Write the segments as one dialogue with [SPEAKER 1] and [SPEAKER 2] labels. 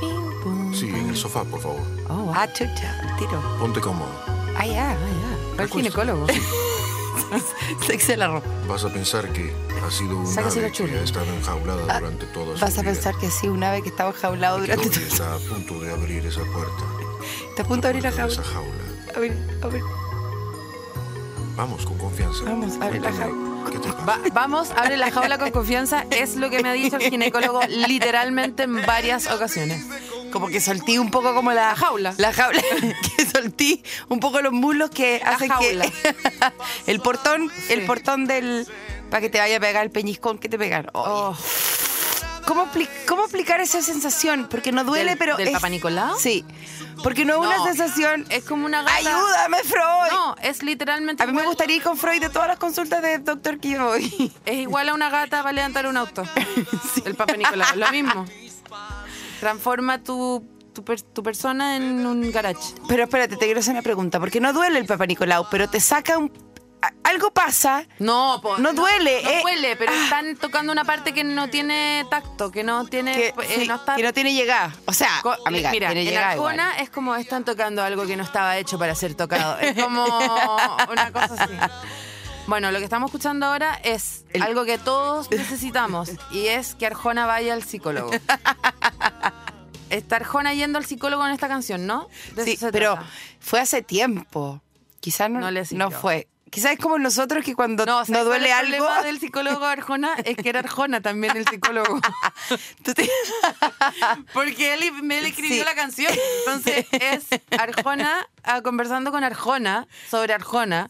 [SPEAKER 1] Ping, pong,
[SPEAKER 2] Sí, en
[SPEAKER 1] pong.
[SPEAKER 2] el sofá, por favor.
[SPEAKER 1] Oh, ah, chucha, tiro.
[SPEAKER 2] Ponte cómodo.
[SPEAKER 1] Ah, ya, ah, ya. Va al
[SPEAKER 2] Acuesta.
[SPEAKER 1] ginecólogo. Sexy la ropa.
[SPEAKER 2] Vas a pensar que ha sido un
[SPEAKER 1] Sáquese
[SPEAKER 2] ave
[SPEAKER 1] lo chulo.
[SPEAKER 2] que ha estado enjaulada
[SPEAKER 1] Ah,
[SPEAKER 2] durante toda su
[SPEAKER 1] Vas a
[SPEAKER 2] vida
[SPEAKER 1] pensar que sí, un ave que estaba enjaulado
[SPEAKER 2] y que
[SPEAKER 1] durante
[SPEAKER 2] hoy
[SPEAKER 1] todo.
[SPEAKER 2] está a punto de abrir esa puerta.
[SPEAKER 1] Está a este punto de abrir la
[SPEAKER 2] puerta de esa
[SPEAKER 1] jaula.
[SPEAKER 2] jaula.
[SPEAKER 1] A ver, a ver.
[SPEAKER 2] Vamos con confianza.
[SPEAKER 1] Vamos, abre la
[SPEAKER 2] Cuéntame, ¿Qué te pasa?
[SPEAKER 3] Va- vamos, abre la jaula con confianza. Es lo que me ha dicho el ginecólogo literalmente en varias ocasiones.
[SPEAKER 1] Como que soltí un poco como la
[SPEAKER 3] jaula.
[SPEAKER 1] La jaula. que soltí un poco los mulos que hacen
[SPEAKER 3] jaula.
[SPEAKER 1] que. el portón,
[SPEAKER 3] Sí.
[SPEAKER 1] el portón del. Para que te vaya a pegar el peñiscón que te pegan. Oye.
[SPEAKER 3] Oh,
[SPEAKER 1] ¿Cómo, apli- ¿Cómo aplicar esa sensación? Porque no duele,
[SPEAKER 3] ¿Del-
[SPEAKER 1] pero.
[SPEAKER 3] del
[SPEAKER 1] es-
[SPEAKER 3] Papá Nicolau?
[SPEAKER 1] Sí. Porque no es
[SPEAKER 3] No.
[SPEAKER 1] una sensación.
[SPEAKER 3] es como una gata.
[SPEAKER 1] ¡Ayúdame, Freud!
[SPEAKER 3] No, es literalmente.
[SPEAKER 1] A mí me
[SPEAKER 3] igual-
[SPEAKER 1] gustaría ir con Freud de todas las consultas de doctor que yo voy.
[SPEAKER 3] Es igual a una gata para levantar un auto. El Papa Nicolau, lo mismo. Transforma tu, tu, per- tu persona en un garage.
[SPEAKER 1] Pero espérate, te quiero hacer una pregunta. Porque no duele el papá Nicolau, pero te saca un. a- Algo pasa.
[SPEAKER 3] No, po-
[SPEAKER 1] No duele,
[SPEAKER 3] No
[SPEAKER 1] eh.
[SPEAKER 3] duele, pero
[SPEAKER 1] Ah.
[SPEAKER 3] están tocando una parte que no tiene tacto, que no tiene.
[SPEAKER 1] Que,
[SPEAKER 3] eh,
[SPEAKER 1] sí,
[SPEAKER 3] no está-
[SPEAKER 1] que no tiene llegada. O sea,
[SPEAKER 3] co-
[SPEAKER 1] amiga,
[SPEAKER 3] mira,
[SPEAKER 1] tiene
[SPEAKER 3] en
[SPEAKER 1] llegada
[SPEAKER 3] Arjona
[SPEAKER 1] igual.
[SPEAKER 3] es como están tocando algo que no estaba hecho para ser tocado. Es como una cosa así. Bueno, lo que estamos escuchando ahora es
[SPEAKER 1] El-
[SPEAKER 3] algo que todos necesitamos y es que Arjona vaya al psicólogo. Está Arjona yendo al psicólogo en esta canción, ¿no? De
[SPEAKER 1] Sí,
[SPEAKER 3] eso se
[SPEAKER 1] pero
[SPEAKER 3] trata.
[SPEAKER 1] fue hace tiempo. Quizás no,
[SPEAKER 3] No le sirvió.
[SPEAKER 1] no fue. Quizás es como nosotros que cuando
[SPEAKER 3] No,
[SPEAKER 1] no,
[SPEAKER 3] ¿sabes cuál es
[SPEAKER 1] duele
[SPEAKER 3] el
[SPEAKER 1] algo.
[SPEAKER 3] problema del psicólogo Arjona es que era Arjona también el psicólogo.
[SPEAKER 1] tú te-
[SPEAKER 3] Porque él, él escribió
[SPEAKER 1] Sí.
[SPEAKER 3] la canción. Entonces es Arjona ah, conversando con Arjona sobre Arjona.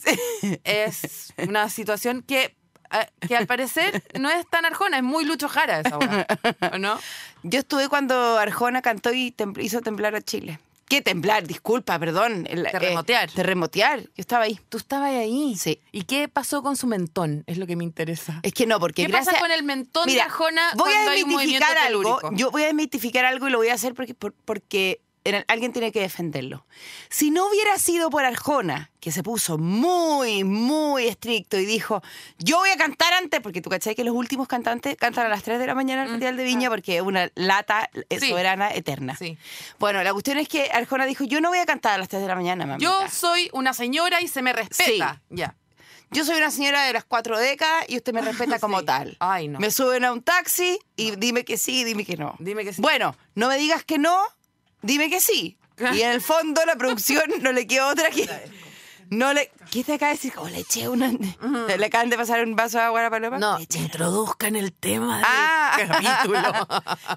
[SPEAKER 3] Es una situación que, ah, que al parecer no es tan Arjona, es muy Lucho Jara esa weá, ¿O no?
[SPEAKER 1] Yo estuve cuando Arjona cantó y tem- hizo temblar a Chile. ¿Qué temblar? Disculpa, perdón. El- eh,
[SPEAKER 3] Terremotear.
[SPEAKER 1] terremotear. Yo estaba ahí.
[SPEAKER 3] Tú estabas ahí.
[SPEAKER 1] Sí.
[SPEAKER 3] ¿Y qué pasó con su mentón? Es lo que me interesa.
[SPEAKER 1] Es que no, porque
[SPEAKER 3] ¿Qué
[SPEAKER 1] gracias.
[SPEAKER 3] pasa con el mentón
[SPEAKER 1] Mira,
[SPEAKER 3] de Arjona
[SPEAKER 1] voy a
[SPEAKER 3] cuando hay un movimiento
[SPEAKER 1] desmitificar algo.
[SPEAKER 3] telúrico?
[SPEAKER 1] Yo voy a desmitificar algo y lo voy a hacer porque, por- porque era- alguien tiene que defenderlo. Si no hubiera sido por Arjona, que se puso muy, muy estricto y dijo, yo voy a cantar antes, porque tú cachai que los últimos cantantes cantan a las 3 de la mañana al Festival de Viña porque es una lata
[SPEAKER 3] Mm,
[SPEAKER 1] eh,
[SPEAKER 3] ah. Sí.
[SPEAKER 1] soberana eterna.
[SPEAKER 3] Sí.
[SPEAKER 1] Bueno, la cuestión es que Arjona dijo, yo no voy a cantar a las 3 de la mañana, mamita.
[SPEAKER 3] Yo soy una señora y se me respeta. Ya.
[SPEAKER 1] Yo soy una señora de las cuatro décadas y usted me respeta como
[SPEAKER 3] Ah, Sí.
[SPEAKER 1] tal.
[SPEAKER 3] Ay, no.
[SPEAKER 1] Me suben a un taxi y dime que sí y dime que no.
[SPEAKER 3] Dime que sí.
[SPEAKER 1] Bueno, no me digas que no, dime que sí. Y en el fondo la producción no le queda otra que... No le... ¿Qué te acaba de decir? Oh, le eché una... Le acaban de pasar un vaso de agua a la paloma.
[SPEAKER 3] No,
[SPEAKER 1] Le eché-
[SPEAKER 3] introduzcan el tema del
[SPEAKER 1] Ah.
[SPEAKER 3] capítulo.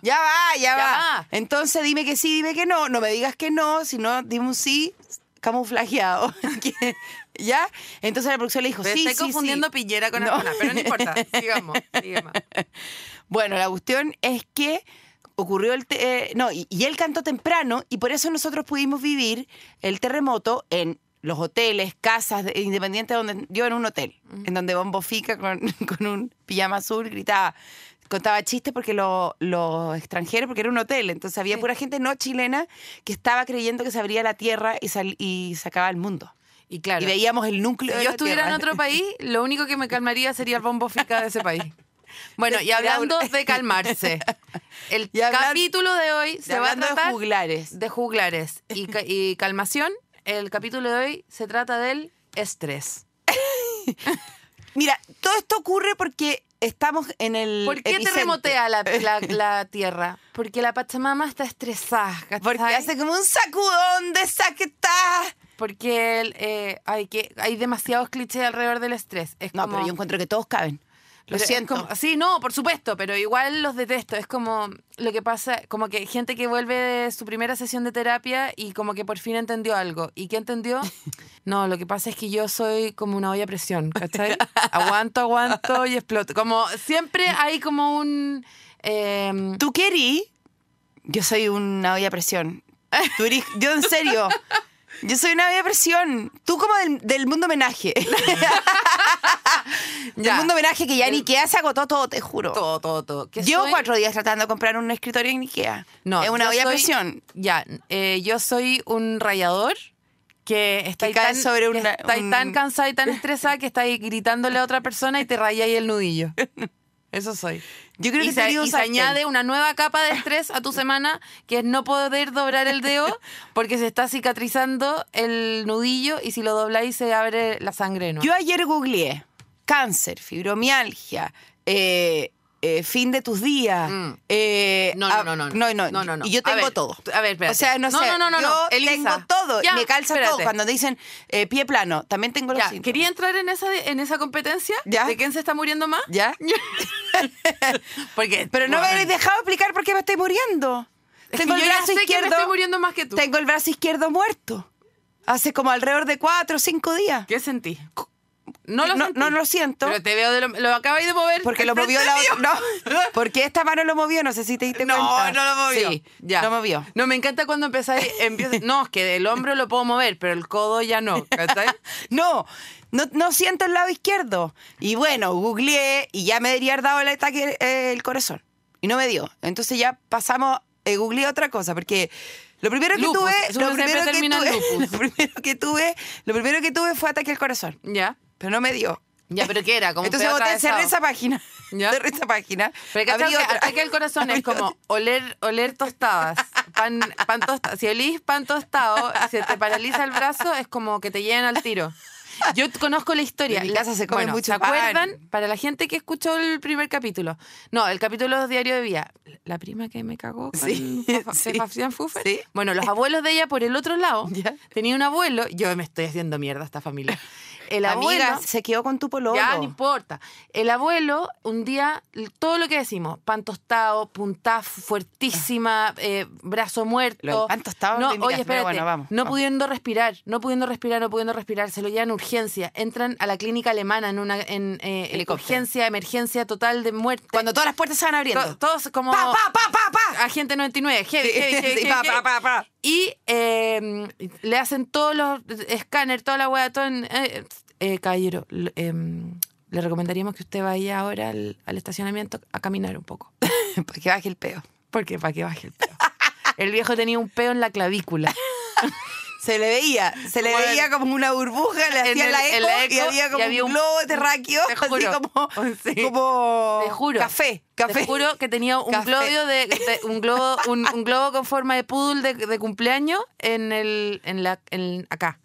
[SPEAKER 1] Ya va, ya, va.
[SPEAKER 3] va.
[SPEAKER 1] Entonces dime que sí, dime que no. No me digas que no, sino dime un sí camuflajeado. Que- ¿Ya? Entonces la producción le dijo,
[SPEAKER 3] Pero
[SPEAKER 1] sí,
[SPEAKER 3] estoy
[SPEAKER 1] sí, sí".
[SPEAKER 3] confundiendo pillera con
[SPEAKER 1] No.
[SPEAKER 3] Arjona, pero no importa, sigamos, sigamos.
[SPEAKER 1] Bueno, la cuestión es que ocurrió el... te- eh, no, y, y él cantó temprano y por eso nosotros pudimos vivir el terremoto en los hoteles, casas, de- independientes, donde yo en un hotel,
[SPEAKER 3] Mm.
[SPEAKER 1] en donde Bombo Fica con, con un pijama azul gritaba, contaba chistes porque lo- los extranjeros, porque era un hotel, entonces había
[SPEAKER 3] Sí.
[SPEAKER 1] pura gente no chilena que estaba creyendo que se abría la tierra y, sal- y se acababa el mundo.
[SPEAKER 3] Y claro,
[SPEAKER 1] Y veíamos el núcleo
[SPEAKER 3] si
[SPEAKER 1] de
[SPEAKER 3] yo
[SPEAKER 1] la
[SPEAKER 3] estuviera en
[SPEAKER 1] tierra.
[SPEAKER 3] otro país, lo único que me calmaría sería el bombo fica de ese país. Bueno, y
[SPEAKER 1] Mira,
[SPEAKER 3] hablando
[SPEAKER 1] un-
[SPEAKER 3] de calmarse, el
[SPEAKER 1] Y hablan-
[SPEAKER 3] capítulo de hoy se va a
[SPEAKER 1] hablando de
[SPEAKER 3] tratar
[SPEAKER 1] juglares.
[SPEAKER 3] de juglares y, ca- y calmación. El capítulo de hoy se trata del estrés.
[SPEAKER 1] Mira, todo esto ocurre porque estamos en el.
[SPEAKER 3] ¿Por qué
[SPEAKER 1] epicentro.
[SPEAKER 3] terremotea la, la, la tierra? Porque la Pachamama está estresada. ¿cachai?
[SPEAKER 1] Porque hace como un sacudón de saquetá.
[SPEAKER 3] Porque el, eh, hay, que, hay demasiados clichés alrededor del estrés. Es
[SPEAKER 1] No,
[SPEAKER 3] como-
[SPEAKER 1] pero yo encuentro que todos caben. Lo
[SPEAKER 3] pero es
[SPEAKER 1] siento.
[SPEAKER 3] como- sí, no, por supuesto, pero igual los detesto. Es como lo que pasa, como que gente que vuelve de su primera sesión de terapia y como que por fin entendió algo. ¿Y qué entendió? No, lo que pasa es que yo soy como una olla a presión, ¿cachai? Aguanto, aguanto y exploto. Como siempre hay como un... eh,
[SPEAKER 1] Tú querí Yo soy una olla a presión. Tú eres- yo en serio. Yo soy una olla a presión. Tú como del, del mundo homenaje. Del
[SPEAKER 3] Ya.
[SPEAKER 1] mundo homenaje que ya en IKEA se agotó todo, te juro.
[SPEAKER 3] Todo, todo, todo. Que
[SPEAKER 1] Llevo
[SPEAKER 3] soy-
[SPEAKER 1] cuatro días tratando de comprar un escritorio en IKEA.
[SPEAKER 3] No,
[SPEAKER 1] es una
[SPEAKER 3] yo
[SPEAKER 1] olla a
[SPEAKER 3] soy-
[SPEAKER 1] presión.
[SPEAKER 3] Ya, eh, yo soy un rayador que está ahí
[SPEAKER 1] cae
[SPEAKER 3] tan,
[SPEAKER 1] sobre
[SPEAKER 3] que
[SPEAKER 1] una-
[SPEAKER 3] está ahí
[SPEAKER 1] un-
[SPEAKER 3] tan cansada y tan estresada que está ahí gritándole a otra persona y te raya ahí el nudillo. Eso soy.
[SPEAKER 1] Yo creo
[SPEAKER 3] y
[SPEAKER 1] que
[SPEAKER 3] se,
[SPEAKER 1] te digo
[SPEAKER 3] y se
[SPEAKER 1] sartén.
[SPEAKER 3] añade una nueva capa de estrés a tu semana, que es no poder doblar el dedo porque se está cicatrizando el nudillo y si lo dobláis se abre la sangre. ¿no?
[SPEAKER 1] Yo ayer googleé cáncer, fibromialgia, eh, eh, fin de tus días.
[SPEAKER 3] Mm.
[SPEAKER 1] eh,
[SPEAKER 3] No,
[SPEAKER 1] ah,
[SPEAKER 3] no, no, no, no. No, no, no.
[SPEAKER 1] Y yo
[SPEAKER 3] A
[SPEAKER 1] tengo
[SPEAKER 3] ver,
[SPEAKER 1] todo.
[SPEAKER 3] a ver, espérate.
[SPEAKER 1] O sea, no,
[SPEAKER 3] No,
[SPEAKER 1] sé.
[SPEAKER 3] no, no, no,
[SPEAKER 1] yo
[SPEAKER 3] no. Elisa,
[SPEAKER 1] tengo todo.
[SPEAKER 3] ya,
[SPEAKER 1] me calza todo.
[SPEAKER 3] espérate.
[SPEAKER 1] Cuando dicen eh, pie plano, también tengo los
[SPEAKER 3] Ya,
[SPEAKER 1] síntomas.
[SPEAKER 3] quería entrar en esa, en esa competencia
[SPEAKER 1] Ya.
[SPEAKER 3] de quién se está muriendo más.
[SPEAKER 1] ¿Ya?
[SPEAKER 3] Porque,
[SPEAKER 1] Pero no me
[SPEAKER 3] bueno,
[SPEAKER 1] habéis dejado explicar por qué me estoy muriendo.
[SPEAKER 3] es
[SPEAKER 1] tengo
[SPEAKER 3] que
[SPEAKER 1] el
[SPEAKER 3] yo ya
[SPEAKER 1] brazo
[SPEAKER 3] sé que
[SPEAKER 1] izquierdo.
[SPEAKER 3] me estoy muriendo más que tú.
[SPEAKER 1] Tengo el brazo izquierdo muerto. Hace como alrededor de cuatro o cinco días.
[SPEAKER 3] ¿Qué sentí? No lo
[SPEAKER 1] no,
[SPEAKER 3] sentí.
[SPEAKER 1] no lo siento.
[SPEAKER 3] Pero te veo, de lo, lo acabáis de mover.
[SPEAKER 1] Porque lo
[SPEAKER 3] al
[SPEAKER 1] movió
[SPEAKER 3] frente
[SPEAKER 1] la
[SPEAKER 3] mío.
[SPEAKER 1] otra. No, porque esta mano lo movió, no sé si te diste
[SPEAKER 3] No,
[SPEAKER 1] cuenta.
[SPEAKER 3] no lo movió.
[SPEAKER 1] Sí,
[SPEAKER 3] ya.
[SPEAKER 1] Lo movió.
[SPEAKER 3] No, me encanta cuando empezáis. empieza- no, es que el hombro lo puedo mover, pero el codo ya no. ¿cachai?
[SPEAKER 1] No, no, no siento el lado izquierdo. Y bueno, googleé y ya me debería haber dado el ataque eh, el corazón. Y no me dio. Entonces ya pasamos, eh, googleé otra cosa, porque lo primero que
[SPEAKER 3] Lupus,
[SPEAKER 1] tuve.
[SPEAKER 3] eso
[SPEAKER 1] Lo
[SPEAKER 3] siempre
[SPEAKER 1] primero que
[SPEAKER 3] termina en
[SPEAKER 1] tuve,
[SPEAKER 3] lupus.
[SPEAKER 1] lo primero que tuve. Lo primero que tuve fue ataque al corazón.
[SPEAKER 3] Ya.
[SPEAKER 1] Pero no me dio.
[SPEAKER 3] Ya, pero ¿qué era? Como un
[SPEAKER 1] Entonces
[SPEAKER 3] pedo
[SPEAKER 1] boté, cerré
[SPEAKER 3] atravesado.
[SPEAKER 1] esa página.
[SPEAKER 3] Ya.
[SPEAKER 1] Cerré esa página.
[SPEAKER 3] Pero ¿cachai?
[SPEAKER 1] abrí
[SPEAKER 3] que
[SPEAKER 1] otra.
[SPEAKER 3] ataque al corazón es
[SPEAKER 1] Abrí otra.
[SPEAKER 3] como oler, oler tostadas. Pan, pan tostado. Si olís pan tostado, si te paraliza el brazo, es como que te llegan al tiro. Yo t- conozco la historia.
[SPEAKER 1] En mi
[SPEAKER 3] La-
[SPEAKER 1] casa se come
[SPEAKER 3] bueno,
[SPEAKER 1] mucho
[SPEAKER 3] ¿Se
[SPEAKER 1] pan.
[SPEAKER 3] acuerdan? Para la gente que escuchó el primer capítulo. No, el capítulo de Diario de Vía. La prima que me cagó con
[SPEAKER 1] Sí,
[SPEAKER 3] Fafa-
[SPEAKER 1] sí.
[SPEAKER 3] Sebastián Fuffer.
[SPEAKER 1] Sí.
[SPEAKER 3] Bueno, los abuelos de ella por el otro lado.
[SPEAKER 1] Ya.
[SPEAKER 3] Tenía un abuelo. Yo me estoy haciendo mierda a esta familia. El abuelo.
[SPEAKER 1] Amiga, se quedó con tu pololo.
[SPEAKER 3] Ya, no importa. El abuelo, un día, l- todo lo que decimos, pan tostado, puntada fuertísima, eh, brazo muerto.
[SPEAKER 1] Lo del pan tostado
[SPEAKER 3] no,
[SPEAKER 1] lo invitaste,
[SPEAKER 3] oye,
[SPEAKER 1] pero
[SPEAKER 3] espérate,
[SPEAKER 1] bueno, vamos,
[SPEAKER 3] no
[SPEAKER 1] vamos.
[SPEAKER 3] pudiendo respirar, no pudiendo respirar, no pudiendo respirar, se lo llevan a urgencia. Entran a la clínica alemana en una en, eh,
[SPEAKER 1] Helicóptero.
[SPEAKER 3] urgencia, emergencia total de muerte.
[SPEAKER 1] Cuando todas las puertas se van abriendo.
[SPEAKER 3] To- todos como
[SPEAKER 1] ¡Pa, pa, pa, pa, pa!
[SPEAKER 3] agente 99, heavy, heavy, heavy,
[SPEAKER 1] Sí,
[SPEAKER 3] heavy,
[SPEAKER 1] pa,
[SPEAKER 3] heavy.
[SPEAKER 1] pa, pa, pa.
[SPEAKER 3] Y eh, le hacen todos los escáner, toda la weá, todo en. eh, eh, caballero, l- em, le recomendaríamos que usted vaya ahora al, al estacionamiento a caminar un poco.
[SPEAKER 1] Para que baje el peo.
[SPEAKER 3] Porque para que baje el peo. El viejo tenía un peo en la clavícula.
[SPEAKER 1] Se le veía, se le
[SPEAKER 3] Bueno.
[SPEAKER 1] veía como una burbuja, le
[SPEAKER 3] En
[SPEAKER 1] hacía
[SPEAKER 3] el-
[SPEAKER 1] la, eco,
[SPEAKER 3] en la
[SPEAKER 1] y
[SPEAKER 3] eco,
[SPEAKER 1] había como
[SPEAKER 3] y había
[SPEAKER 1] un
[SPEAKER 3] un-
[SPEAKER 1] globo terráqueo,
[SPEAKER 3] Te
[SPEAKER 1] así
[SPEAKER 3] juro.
[SPEAKER 1] como,
[SPEAKER 3] Sí.
[SPEAKER 1] como
[SPEAKER 3] Te juro.
[SPEAKER 1] café, café.
[SPEAKER 3] Te juro que tenía un
[SPEAKER 1] Café.
[SPEAKER 3] globo de, de- un globo, un, un globo con forma de poodle de, de cumpleaños en el, en la, en acá.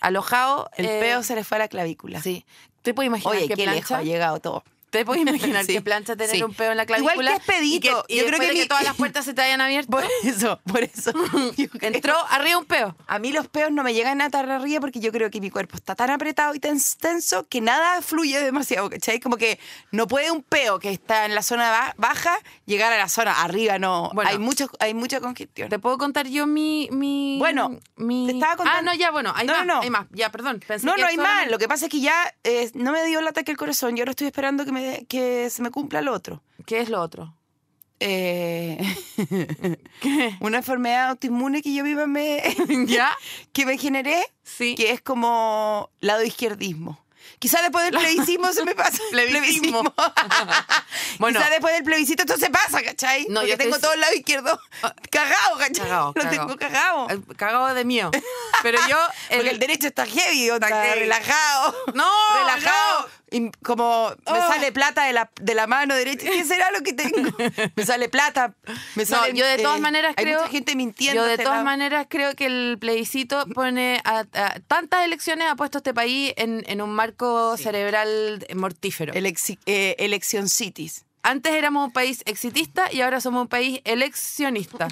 [SPEAKER 3] Alojado.
[SPEAKER 1] El
[SPEAKER 3] eh,
[SPEAKER 1] peo se le fue a la clavícula.
[SPEAKER 3] Sí. ¿Te puedes imaginar
[SPEAKER 1] Oye,
[SPEAKER 3] qué
[SPEAKER 1] qué lejos
[SPEAKER 3] plancha?
[SPEAKER 1] ha llegado todo.
[SPEAKER 3] ¿Te puedes imaginar
[SPEAKER 1] Sí,
[SPEAKER 3] qué plancha tener
[SPEAKER 1] sí.
[SPEAKER 3] un peo en la
[SPEAKER 1] Igual
[SPEAKER 3] clavícula?
[SPEAKER 1] que es pedito.
[SPEAKER 3] Y que, y
[SPEAKER 1] Yo
[SPEAKER 3] después
[SPEAKER 1] creo que
[SPEAKER 3] de
[SPEAKER 1] mi-
[SPEAKER 3] que todas las puertas se te hayan abierto.
[SPEAKER 1] Por eso, por eso. yo creo-
[SPEAKER 3] Entró arriba un peo.
[SPEAKER 1] A mí los peos no me llegan a tan arriba porque yo creo que mi cuerpo está tan apretado y tan tenso que nada fluye demasiado, ¿cachai? Como que no puede un peo que está en la zona ba- baja llegar a la zona arriba, no.
[SPEAKER 3] Bueno.
[SPEAKER 1] hay, mucho, hay mucha congestión.
[SPEAKER 3] ¿Te puedo contar yo mi. mi
[SPEAKER 1] Bueno,
[SPEAKER 3] mi...
[SPEAKER 1] te estaba
[SPEAKER 3] Ah,
[SPEAKER 1] contando-
[SPEAKER 3] no, ya, bueno, hay
[SPEAKER 1] No,
[SPEAKER 3] más.
[SPEAKER 1] no, no.
[SPEAKER 3] Hay más. Ya, perdón. Pensé
[SPEAKER 1] No,
[SPEAKER 3] que
[SPEAKER 1] no hay
[SPEAKER 3] solamente-
[SPEAKER 1] mal. Lo que pasa es que ya eh, no me dio el ataque al corazón. Yo ahora estoy esperando que, me, que se me cumpla el otro.
[SPEAKER 3] ¿Qué es lo otro?
[SPEAKER 1] Eh, una enfermedad autoinmune que yo viva me,
[SPEAKER 3] ¿Ya?
[SPEAKER 1] que me generé,
[SPEAKER 3] Sí.
[SPEAKER 1] que es como lado izquierdismo. Quizás después del plebiscito se me pasa.
[SPEAKER 3] Plebiscismo. Bueno.
[SPEAKER 1] Quizás después del plebiscito esto se pasa, ¿cachai?
[SPEAKER 3] No,
[SPEAKER 1] Porque
[SPEAKER 3] yo estoy-
[SPEAKER 1] tengo
[SPEAKER 3] Ah.
[SPEAKER 1] todo el lado izquierdo cagado, ¿cachai?
[SPEAKER 3] Cagao,
[SPEAKER 1] Lo
[SPEAKER 3] cagao.
[SPEAKER 1] tengo cagado.
[SPEAKER 3] Eh, Cagado de mío. Pero yo.
[SPEAKER 1] Porque el derecho está heavy, onda,
[SPEAKER 3] heavy.
[SPEAKER 1] relajado.
[SPEAKER 3] No,
[SPEAKER 1] relajado. Y como me
[SPEAKER 3] Oh.
[SPEAKER 1] sale plata de la, de la mano derecha. ¿Qué será lo que tengo? Me sale plata. Me
[SPEAKER 3] No,
[SPEAKER 1] sale,
[SPEAKER 3] yo de todas
[SPEAKER 1] eh,
[SPEAKER 3] maneras
[SPEAKER 1] hay
[SPEAKER 3] creo.
[SPEAKER 1] mucha gente mintiendo.
[SPEAKER 3] Yo de
[SPEAKER 1] este
[SPEAKER 3] todas
[SPEAKER 1] lado.
[SPEAKER 3] maneras creo que el plebiscito pone a, a- tantas elecciones ha puesto este país en, en un marco cerebral mortífero.
[SPEAKER 1] Elexi- eh, elección cities.
[SPEAKER 3] Antes éramos un país exitista y ahora somos un país eleccionista.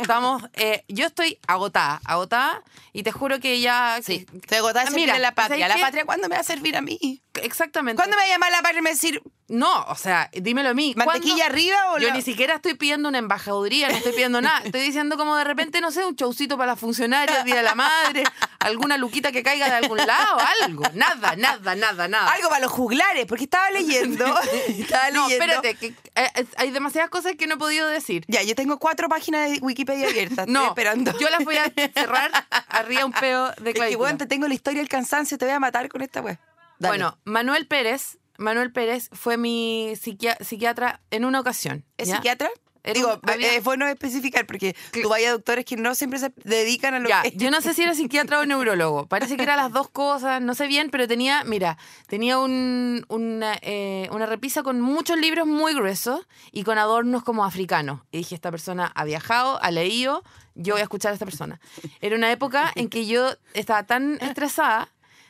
[SPEAKER 3] Estamos, eh, yo estoy agotada, agotada y te juro que ya.
[SPEAKER 1] Sí. Te agotaste
[SPEAKER 3] Mira,
[SPEAKER 1] en la patria.
[SPEAKER 3] ¿sabes
[SPEAKER 1] ¿La
[SPEAKER 3] qué?
[SPEAKER 1] patria cuándo me va a servir a mí?
[SPEAKER 3] Exactamente.
[SPEAKER 1] ¿Cuándo me va a llamar la patria y me va a decir,
[SPEAKER 3] No, o sea, dímelo a mí. ¿cuándo-
[SPEAKER 1] ¿Mantequilla arriba o
[SPEAKER 3] Yo
[SPEAKER 1] la-
[SPEAKER 3] ni siquiera estoy pidiendo una embajaduría, no estoy pidiendo nada. Estoy diciendo como de repente, no sé, un showcito para las funcionarias, Día de la Madre, alguna luquita que caiga de algún lado, algo. Nada, nada, nada, nada.
[SPEAKER 1] Algo para los juglares, porque estaba leyendo. estaba
[SPEAKER 3] no,
[SPEAKER 1] leyendo.
[SPEAKER 3] espérate, que, eh, eh, hay demasiadas cosas que no he podido decir.
[SPEAKER 1] Ya, yo tengo cuatro páginas de Wikipedia abiertas.
[SPEAKER 3] No,
[SPEAKER 1] estoy esperando.
[SPEAKER 3] yo las voy a cerrar arriba un peo de
[SPEAKER 1] Es que,
[SPEAKER 3] clavícula.
[SPEAKER 1] weón, te tengo la historia del cansancio, te voy a matar con esta weá. Dale.
[SPEAKER 3] Bueno, Manuel Pérez, Manuel Pérez fue mi psiquia- psiquiatra en una ocasión.
[SPEAKER 1] ¿Es
[SPEAKER 3] ¿ya?
[SPEAKER 1] psiquiatra?
[SPEAKER 3] Era
[SPEAKER 1] Digo, eh,
[SPEAKER 3] un- había-
[SPEAKER 1] es bueno especificar porque tú vas a doctores que no siempre se dedican a lo
[SPEAKER 3] Ya,
[SPEAKER 1] que.
[SPEAKER 3] yo no sé si era psiquiatra o neurólogo. Parece que eran las dos cosas, no sé bien, pero tenía, mira, tenía un- una, eh, una repisa con muchos libros muy gruesos y con adornos como africanos. Y dije, esta persona ha viajado, ha leído, yo voy a escuchar a esta persona. Era una época en que yo estaba tan estresada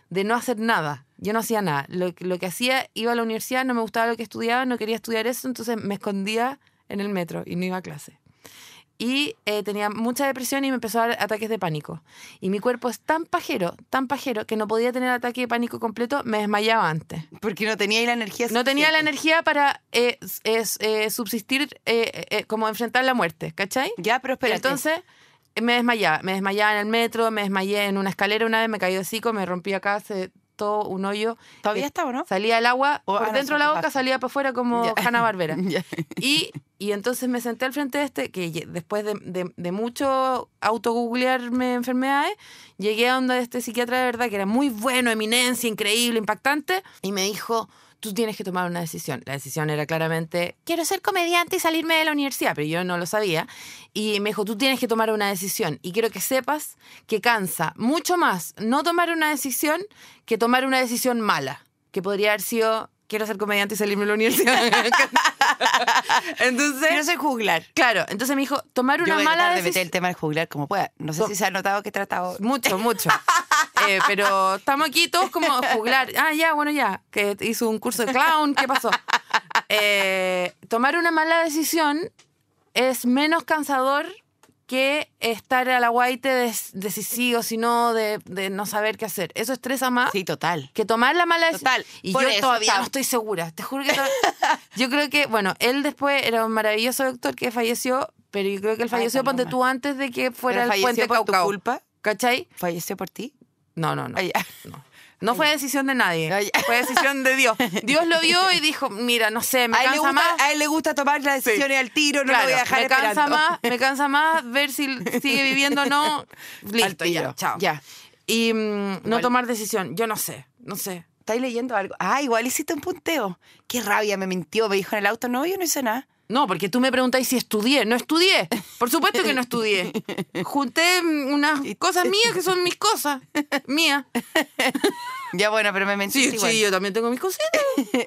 [SPEAKER 3] de no hacer nada. Yo no hacía nada. Lo, lo que hacía, iba a la universidad, no me gustaba lo que estudiaba, no quería estudiar eso, entonces me escondía en el metro y no iba a clase y eh, tenía mucha depresión y me empezó a dar ataques de pánico. Y mi cuerpo es tan pajero, tan pajero, que no podía tener ataque de pánico completo, me desmayaba antes.
[SPEAKER 1] Porque no tenía ahí la energía.
[SPEAKER 3] No tenía la
[SPEAKER 1] suficiente.
[SPEAKER 3] energía para eh, s- es- eh, subsistir, eh, eh, como enfrentar la muerte, ¿cachai?
[SPEAKER 1] Ya, pero espérate.
[SPEAKER 3] Entonces eh, me desmayaba, me desmayaba en el metro, me desmayé en una escalera una vez, me caí de hocico, me rompí acá, se, todo un hoyo.
[SPEAKER 1] ¿Todavía
[SPEAKER 3] eh,
[SPEAKER 1] está o no?
[SPEAKER 3] Salía el agua
[SPEAKER 1] O- ah,
[SPEAKER 3] por
[SPEAKER 1] no,
[SPEAKER 3] dentro de
[SPEAKER 1] eso
[SPEAKER 3] la
[SPEAKER 1] es
[SPEAKER 3] boca,
[SPEAKER 1] fácil.
[SPEAKER 3] salía para afuera como
[SPEAKER 1] Ya.
[SPEAKER 3] Hanna Barbera.
[SPEAKER 1] Ya.
[SPEAKER 3] Y, y entonces me senté al frente de este, que ye- después de, de, de mucho autogooglearme enfermedades, llegué a onda de este psiquiatra de verdad, que era muy bueno, eminencia, increíble, impactante, y me dijo, tú tienes que tomar una decisión. La decisión era claramente, quiero ser comediante y salirme de la universidad, pero yo no lo sabía. Y me dijo, tú tienes que tomar una decisión, y quiero que sepas que cansa mucho más no tomar una decisión que tomar una decisión mala, que podría haber sido... Quiero ser comediante y salirme de la universidad. Entonces,
[SPEAKER 1] Quiero ser juglar.
[SPEAKER 3] Claro, entonces me dijo, tomar
[SPEAKER 1] Yo
[SPEAKER 3] una
[SPEAKER 1] voy a
[SPEAKER 3] mala
[SPEAKER 1] tratar de meter
[SPEAKER 3] decisión.
[SPEAKER 1] el tema del juglar como pueda. No sé
[SPEAKER 3] Com-
[SPEAKER 1] si se ha notado que he tratado.
[SPEAKER 3] Mucho, mucho. Eh, pero estamos aquí todos como a juglar. Ah, ya, bueno, ya. Que hizo un curso de clown, ¿qué pasó? Eh, tomar una mala decisión es menos cansador que estar al aguaite de, de si sí o si no, de, de no saber qué hacer. Eso estresa más
[SPEAKER 1] Sí, total.
[SPEAKER 3] que tomar la mala decisión.
[SPEAKER 1] Total,
[SPEAKER 3] Y yo
[SPEAKER 1] por eso
[SPEAKER 3] todavía
[SPEAKER 1] está-
[SPEAKER 3] no estoy segura. Te juro que to- yo creo que, bueno, él después era un maravilloso doctor que falleció, pero yo creo que él falleció,
[SPEAKER 1] Paloma.
[SPEAKER 3] ponte tú antes de que fuera
[SPEAKER 1] Pero
[SPEAKER 3] el
[SPEAKER 1] falleció
[SPEAKER 3] puente
[SPEAKER 1] por tu
[SPEAKER 3] Caucao.
[SPEAKER 1] culpa.
[SPEAKER 3] ¿Cachai?
[SPEAKER 1] Falleció por ti.
[SPEAKER 3] No, no, no.
[SPEAKER 1] Ay,
[SPEAKER 3] No fue decisión de
[SPEAKER 1] Ay.
[SPEAKER 3] nadie. Fue decisión de Dios. Dios lo vio y dijo, mira, no sé, me
[SPEAKER 1] a, él le
[SPEAKER 3] cansa
[SPEAKER 1] gusta,
[SPEAKER 3] más.
[SPEAKER 1] a él le gusta tomar las
[SPEAKER 3] Sí.
[SPEAKER 1] decisiones al tiro, no lo
[SPEAKER 3] Claro,
[SPEAKER 1] voy a dejar
[SPEAKER 3] me cansa
[SPEAKER 1] esperando.
[SPEAKER 3] más, me cansa más ver si sigue viviendo o no. Listo,
[SPEAKER 1] Al
[SPEAKER 3] ya,
[SPEAKER 1] tiro.
[SPEAKER 3] chao.
[SPEAKER 1] Ya.
[SPEAKER 3] Y mm, no
[SPEAKER 1] Igual.
[SPEAKER 3] tomar decisión, yo no sé, no sé.
[SPEAKER 1] ¿Estáis leyendo algo? Ah, igual hiciste un punteo. Qué rabia, me mintió. Me dijo en el auto, no, yo no hice nada.
[SPEAKER 3] No, porque tú me preguntáis si estudié. No estudié. Por supuesto que no estudié. Junté mm, unas cosas mías que son mis cosas. Mías.
[SPEAKER 1] Ya bueno, pero me mentiste
[SPEAKER 3] Sí,
[SPEAKER 1] igual.
[SPEAKER 3] sí, yo también tengo mis cositas.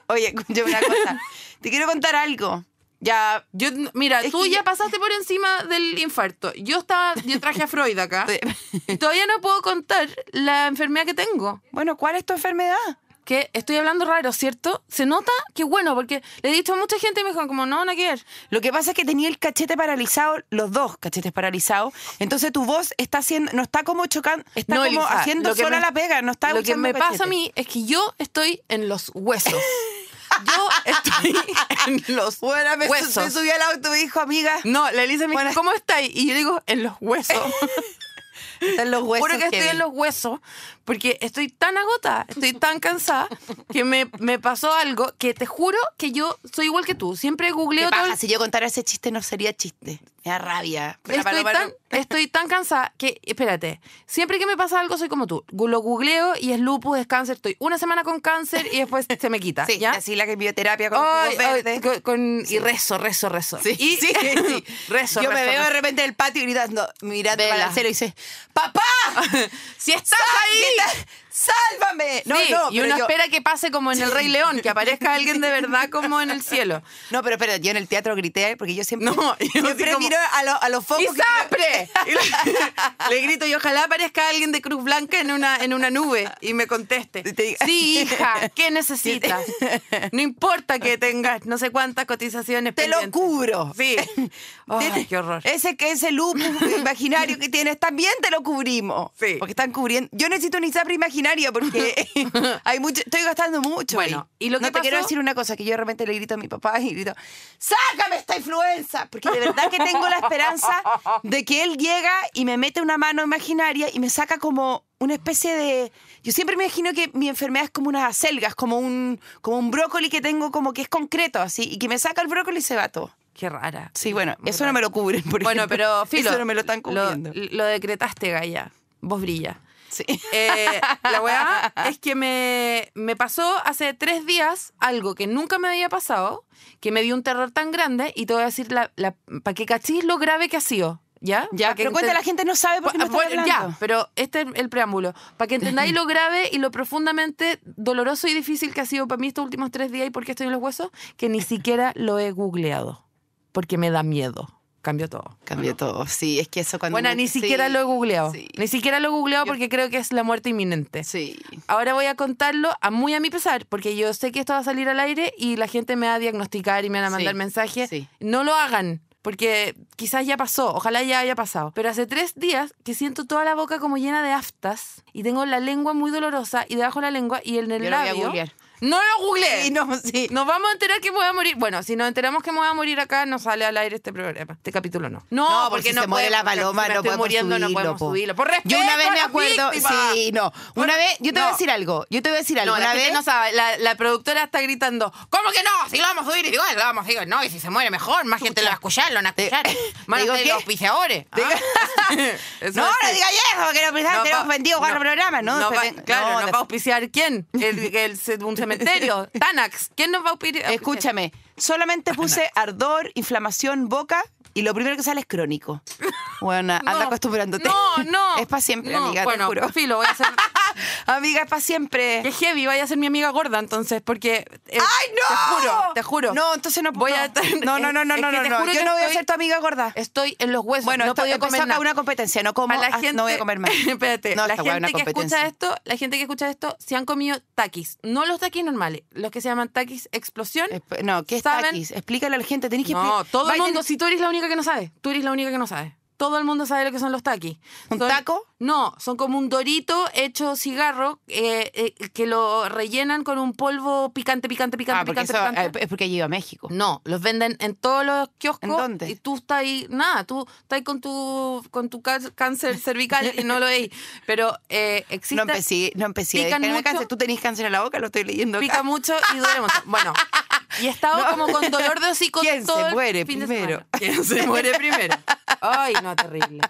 [SPEAKER 1] Oye, escúchame una cosa. Te quiero contar algo. Ya,
[SPEAKER 3] Yo, mira,
[SPEAKER 1] Es
[SPEAKER 3] tú
[SPEAKER 1] que
[SPEAKER 3] ya
[SPEAKER 1] yo-
[SPEAKER 3] pasaste por encima del infarto. Yo estaba, yo traje a Freud acá. Y todavía no puedo contar la enfermedad que tengo.
[SPEAKER 1] bueno, ¿cuál es tu enfermedad?
[SPEAKER 3] Que estoy hablando raro, ¿cierto? Se nota que bueno, porque le he dicho a mucha gente y me dijo como, no, no quiero.
[SPEAKER 1] Lo que pasa es que tenía el cachete paralizado, los dos cachetes paralizados. Entonces tu voz está haciendo, no está como chocando, está
[SPEAKER 3] No,
[SPEAKER 1] como
[SPEAKER 3] Elisa,
[SPEAKER 1] haciendo
[SPEAKER 3] lo que
[SPEAKER 1] sola
[SPEAKER 3] me-
[SPEAKER 1] la pega, no está
[SPEAKER 3] Lo que
[SPEAKER 1] usando
[SPEAKER 3] me
[SPEAKER 1] cachete.
[SPEAKER 3] pasa a mí es que yo estoy en los huesos. Yo estoy en los
[SPEAKER 1] Bueno, me,
[SPEAKER 3] huesos.
[SPEAKER 1] me subí al auto y me dijo, amiga,
[SPEAKER 3] No, la Elisa me dice,
[SPEAKER 1] Bueno.
[SPEAKER 3] ¿cómo estáis? Y yo le digo, en los huesos.
[SPEAKER 1] están los huesos.
[SPEAKER 3] Juro que estoy
[SPEAKER 1] heavy.
[SPEAKER 3] en los huesos, porque estoy tan agotada, estoy tan cansada, que me, me pasó algo que te juro que yo soy igual que tú. Siempre
[SPEAKER 1] ¿Qué
[SPEAKER 3] googleo todo.
[SPEAKER 1] paja?
[SPEAKER 3] el-
[SPEAKER 1] Si yo contara ese chiste no sería chiste. Me da rabia. Pero la
[SPEAKER 3] Estoy
[SPEAKER 1] paloma
[SPEAKER 3] tan,
[SPEAKER 1] no-
[SPEAKER 3] estoy tan cansada que, espérate, siempre que me pasa algo soy como tú. Gu- Lo googleo y es lupus, es cáncer. Estoy una semana con cáncer y después se me quita.
[SPEAKER 1] Sí,
[SPEAKER 3] ¿ya?
[SPEAKER 1] así la que en bioterapia con los
[SPEAKER 3] Ay,
[SPEAKER 1] jugos
[SPEAKER 3] ay,
[SPEAKER 1] verdes.
[SPEAKER 3] con- con- Y rezo, rezo, rezo.
[SPEAKER 1] Sí,
[SPEAKER 3] y,
[SPEAKER 1] sí, sí.
[SPEAKER 3] Rezo,
[SPEAKER 1] Yo me
[SPEAKER 3] rezo,
[SPEAKER 1] veo de
[SPEAKER 3] rezo.
[SPEAKER 1] repente en el patio gritando, mirando
[SPEAKER 3] Vela.
[SPEAKER 1] para el cielo y dice, ¡Papá!
[SPEAKER 3] Si estás ahí,
[SPEAKER 1] ¡Ahí! ¡Sálvame! No,
[SPEAKER 3] Sí,
[SPEAKER 1] no,
[SPEAKER 3] y
[SPEAKER 1] pero
[SPEAKER 3] uno
[SPEAKER 1] yo-
[SPEAKER 3] espera que pase como en el Rey León, que aparezca alguien de verdad como en el cielo.
[SPEAKER 1] No, pero espera, yo en el teatro grité porque yo siempre,
[SPEAKER 3] No, yo
[SPEAKER 1] siempre
[SPEAKER 3] así como-
[SPEAKER 1] miro a, lo- a los focos. que-
[SPEAKER 3] ¡Isapre! Y le, le grito y ojalá aparezca alguien de Cruz Blanca en una, en una nube y me conteste.
[SPEAKER 1] Y te diga-
[SPEAKER 3] Sí, hija, ¿qué necesitas? No importa que tengas no sé cuántas cotizaciones
[SPEAKER 1] Te lo
[SPEAKER 3] pendientes.
[SPEAKER 1] cubro.
[SPEAKER 3] Sí. Ay,
[SPEAKER 1] Tiene- eh,
[SPEAKER 3] qué horror.
[SPEAKER 1] Ese, que- ese lupus imaginario que tienes, también te lo cubrimos.
[SPEAKER 3] Sí.
[SPEAKER 1] Porque están cubriendo. Yo necesito un ISAPRE extraordinaria porque hay mucho, estoy gastando mucho.
[SPEAKER 3] Bueno,
[SPEAKER 1] ahí.
[SPEAKER 3] y lo
[SPEAKER 1] no
[SPEAKER 3] que
[SPEAKER 1] te quiero
[SPEAKER 3] pasó-
[SPEAKER 1] decir una cosa que yo de repente le grito a mi papá y grito, "Sácame esta influenza", porque de verdad que tengo la esperanza de que él llega y me mete una mano imaginaria y me saca como una especie de yo siempre me imagino que mi enfermedad es como unas acelgas, como un como un brócoli que tengo como que es concreto así y que me saca el brócoli y se va todo.
[SPEAKER 3] Qué rara.
[SPEAKER 1] Sí, bueno,
[SPEAKER 3] Muy
[SPEAKER 1] eso
[SPEAKER 3] rara.
[SPEAKER 1] no me lo cubren, por
[SPEAKER 3] Bueno,
[SPEAKER 1] ejemplo.
[SPEAKER 3] pero filo,
[SPEAKER 1] Eso no me lo están cubriendo.
[SPEAKER 3] Lo, decretaste, Gaya. Vos brilla.
[SPEAKER 1] Sí.
[SPEAKER 3] Eh, la weá es que me, me pasó hace tres días algo que nunca me había pasado, que me dio un terror tan grande y te voy a decir la, para que cachis lo grave que ha sido. ¿Ya?
[SPEAKER 1] Ya,
[SPEAKER 3] Pa' que
[SPEAKER 1] pero cuenta,
[SPEAKER 3] enten-
[SPEAKER 1] la gente no sabe por qué no
[SPEAKER 3] Bueno,
[SPEAKER 1] están hablando.
[SPEAKER 3] ya, pero este es el preámbulo. Para que entendáis lo grave y lo profundamente doloroso y difícil que ha sido para mí estos últimos tres días y por qué estoy en los huesos, que ni siquiera lo he googleado. Porque me da miedo. Cambio todo.
[SPEAKER 1] Cambió todo, sí, es que eso cuando...
[SPEAKER 3] Bueno,
[SPEAKER 1] uno-
[SPEAKER 3] ni
[SPEAKER 1] sí,
[SPEAKER 3] siquiera lo he googleado.
[SPEAKER 1] sí.
[SPEAKER 3] Ni siquiera lo he googleado porque creo que es la muerte inminente.
[SPEAKER 1] Sí.
[SPEAKER 3] Ahora voy a contarlo a muy a mi pesar, porque yo sé que esto va a salir al aire y la gente me va a diagnosticar y me van a
[SPEAKER 1] Sí,
[SPEAKER 3] mandar mensajes.
[SPEAKER 1] sí.
[SPEAKER 3] No lo hagan, porque quizás ya pasó, ojalá ya haya pasado. Pero hace tres días que siento toda la boca como llena de aftas y tengo la lengua muy dolorosa y debajo de la lengua y en el
[SPEAKER 1] Yo lo voy a
[SPEAKER 3] labio.
[SPEAKER 1] googlear.
[SPEAKER 3] no lo googleé.
[SPEAKER 1] Sí, no, sí.
[SPEAKER 3] Nos vamos a enterar que me voy a morir. Bueno, si nos enteramos que me voy a morir acá, no sale al aire este programa, este capítulo no. No,
[SPEAKER 1] No, porque
[SPEAKER 3] porque
[SPEAKER 1] si
[SPEAKER 3] no
[SPEAKER 1] se muere la
[SPEAKER 3] podemos,
[SPEAKER 1] paloma,
[SPEAKER 3] si me
[SPEAKER 1] no
[SPEAKER 3] estoy
[SPEAKER 1] podemos
[SPEAKER 3] muriendo, no
[SPEAKER 1] subirlo,
[SPEAKER 3] podemos
[SPEAKER 1] po.
[SPEAKER 3] subirlo. Por
[SPEAKER 1] Yo una
[SPEAKER 3] respeto
[SPEAKER 1] vez
[SPEAKER 3] a
[SPEAKER 1] me
[SPEAKER 3] las
[SPEAKER 1] acuerdo,
[SPEAKER 3] víctimas.
[SPEAKER 1] sí, no. Una
[SPEAKER 3] Por-
[SPEAKER 1] vez, yo te voy a
[SPEAKER 3] no.
[SPEAKER 1] decir algo, yo te voy a decir algo.
[SPEAKER 3] No, la
[SPEAKER 1] una
[SPEAKER 3] gente
[SPEAKER 1] vez,
[SPEAKER 3] no sabe. La, la productora está gritando, ¿cómo que no? Si lo vamos a subir, y digo, "Ay, lo vamos a subir. No, y si se muere mejor, más gente lo va a escuchar, lo van a escuchar. Más
[SPEAKER 1] digo,
[SPEAKER 3] de
[SPEAKER 1] ¿qué?
[SPEAKER 3] los auspiciadores. ¿ah? Eso
[SPEAKER 1] no,
[SPEAKER 3] va a
[SPEAKER 1] no
[SPEAKER 3] ser.
[SPEAKER 1] diga eso, porque no pensaba que
[SPEAKER 3] va-
[SPEAKER 1] hemos vendido cuatro programas, ¿no?
[SPEAKER 3] va-
[SPEAKER 1] Pero-
[SPEAKER 3] claro,
[SPEAKER 1] no,
[SPEAKER 3] ¿nos
[SPEAKER 1] te-
[SPEAKER 3] va a auspiciar quién? El, el ce- un cementerio. Tanax. ¿Quién nos va a auspiciar?
[SPEAKER 1] Escúchame, solamente puse ardor, inflamación, boca y lo primero que sale es crónico. Bueno, anda
[SPEAKER 3] No,
[SPEAKER 1] acostumbrándote.
[SPEAKER 3] No, no.
[SPEAKER 1] Es para siempre,
[SPEAKER 3] No,
[SPEAKER 1] amiga,
[SPEAKER 3] bueno,
[SPEAKER 1] te juro.
[SPEAKER 3] filo, voy a hacer...
[SPEAKER 1] Amiga, es para siempre.
[SPEAKER 3] Qué heavy, vaya a ser mi amiga gorda entonces, porque... eh,
[SPEAKER 1] ¡Ay, no!
[SPEAKER 3] Te juro, te juro.
[SPEAKER 1] No, entonces no
[SPEAKER 3] Voy a...
[SPEAKER 1] No, no, no, no,
[SPEAKER 3] Es
[SPEAKER 1] no,
[SPEAKER 3] que
[SPEAKER 1] no,
[SPEAKER 3] te
[SPEAKER 1] no.
[SPEAKER 3] juro
[SPEAKER 1] Yo
[SPEAKER 3] que
[SPEAKER 1] no voy a
[SPEAKER 3] estoy-
[SPEAKER 1] ser tu amiga gorda.
[SPEAKER 3] Estoy en los huesos.
[SPEAKER 1] Bueno,
[SPEAKER 3] no he
[SPEAKER 1] esto-
[SPEAKER 3] podido
[SPEAKER 1] empezó
[SPEAKER 3] comer
[SPEAKER 1] acá
[SPEAKER 3] nada.
[SPEAKER 1] una competencia, no como
[SPEAKER 3] A la
[SPEAKER 1] hasta-
[SPEAKER 3] gente,
[SPEAKER 1] no voy a comer más.
[SPEAKER 3] Espérate,
[SPEAKER 1] No,
[SPEAKER 3] la
[SPEAKER 1] esta hueá es una
[SPEAKER 3] gente que escucha
[SPEAKER 1] competencia.
[SPEAKER 3] esto, la gente que escucha esto, se han comido taquis, no los taquis normales, los que se llaman taquis explosión.
[SPEAKER 1] Esp- No, ¿qué es
[SPEAKER 3] ¿Saben?
[SPEAKER 1] taquis? Explícale a la gente, tenés que
[SPEAKER 3] no,
[SPEAKER 1] expli-
[SPEAKER 3] todo el
[SPEAKER 1] Vais a
[SPEAKER 3] mundo,
[SPEAKER 1] tener
[SPEAKER 3] si tú eres la única que no sabe, tú eres la única que no sabe. Todo el mundo sabe lo que son los taquis.
[SPEAKER 1] ¿Un
[SPEAKER 3] Son-
[SPEAKER 1] taco?
[SPEAKER 3] No, son como un dorito hecho cigarro eh, eh, que lo rellenan con un polvo picante, picante, picante,
[SPEAKER 1] Ah, porque
[SPEAKER 3] picante,
[SPEAKER 1] eso,
[SPEAKER 3] picante. Mm.
[SPEAKER 1] eh, es porque he ido a México.
[SPEAKER 3] No, los venden en todos los kioscos.
[SPEAKER 1] ¿En dónde?
[SPEAKER 3] Y tú estás ahí, nada, tú estás ahí con tu, con tu cá- cáncer cervical y no lo veis. Pero eh, existe.
[SPEAKER 1] No empecé, no empecé. a
[SPEAKER 3] Pican
[SPEAKER 1] dejarme
[SPEAKER 3] mucho.
[SPEAKER 1] cáncer. Tú tenés cáncer en la boca, lo estoy leyendo acá.
[SPEAKER 3] Pica mucho y duele mucho. Bueno, y he estado
[SPEAKER 1] No.
[SPEAKER 3] como con dolor de hocico
[SPEAKER 1] ¿Quién
[SPEAKER 3] todo
[SPEAKER 1] se
[SPEAKER 3] el
[SPEAKER 1] muere
[SPEAKER 3] fin de
[SPEAKER 1] primero?
[SPEAKER 3] semana. ¿Quién se muere primero? Ay, no, terrible.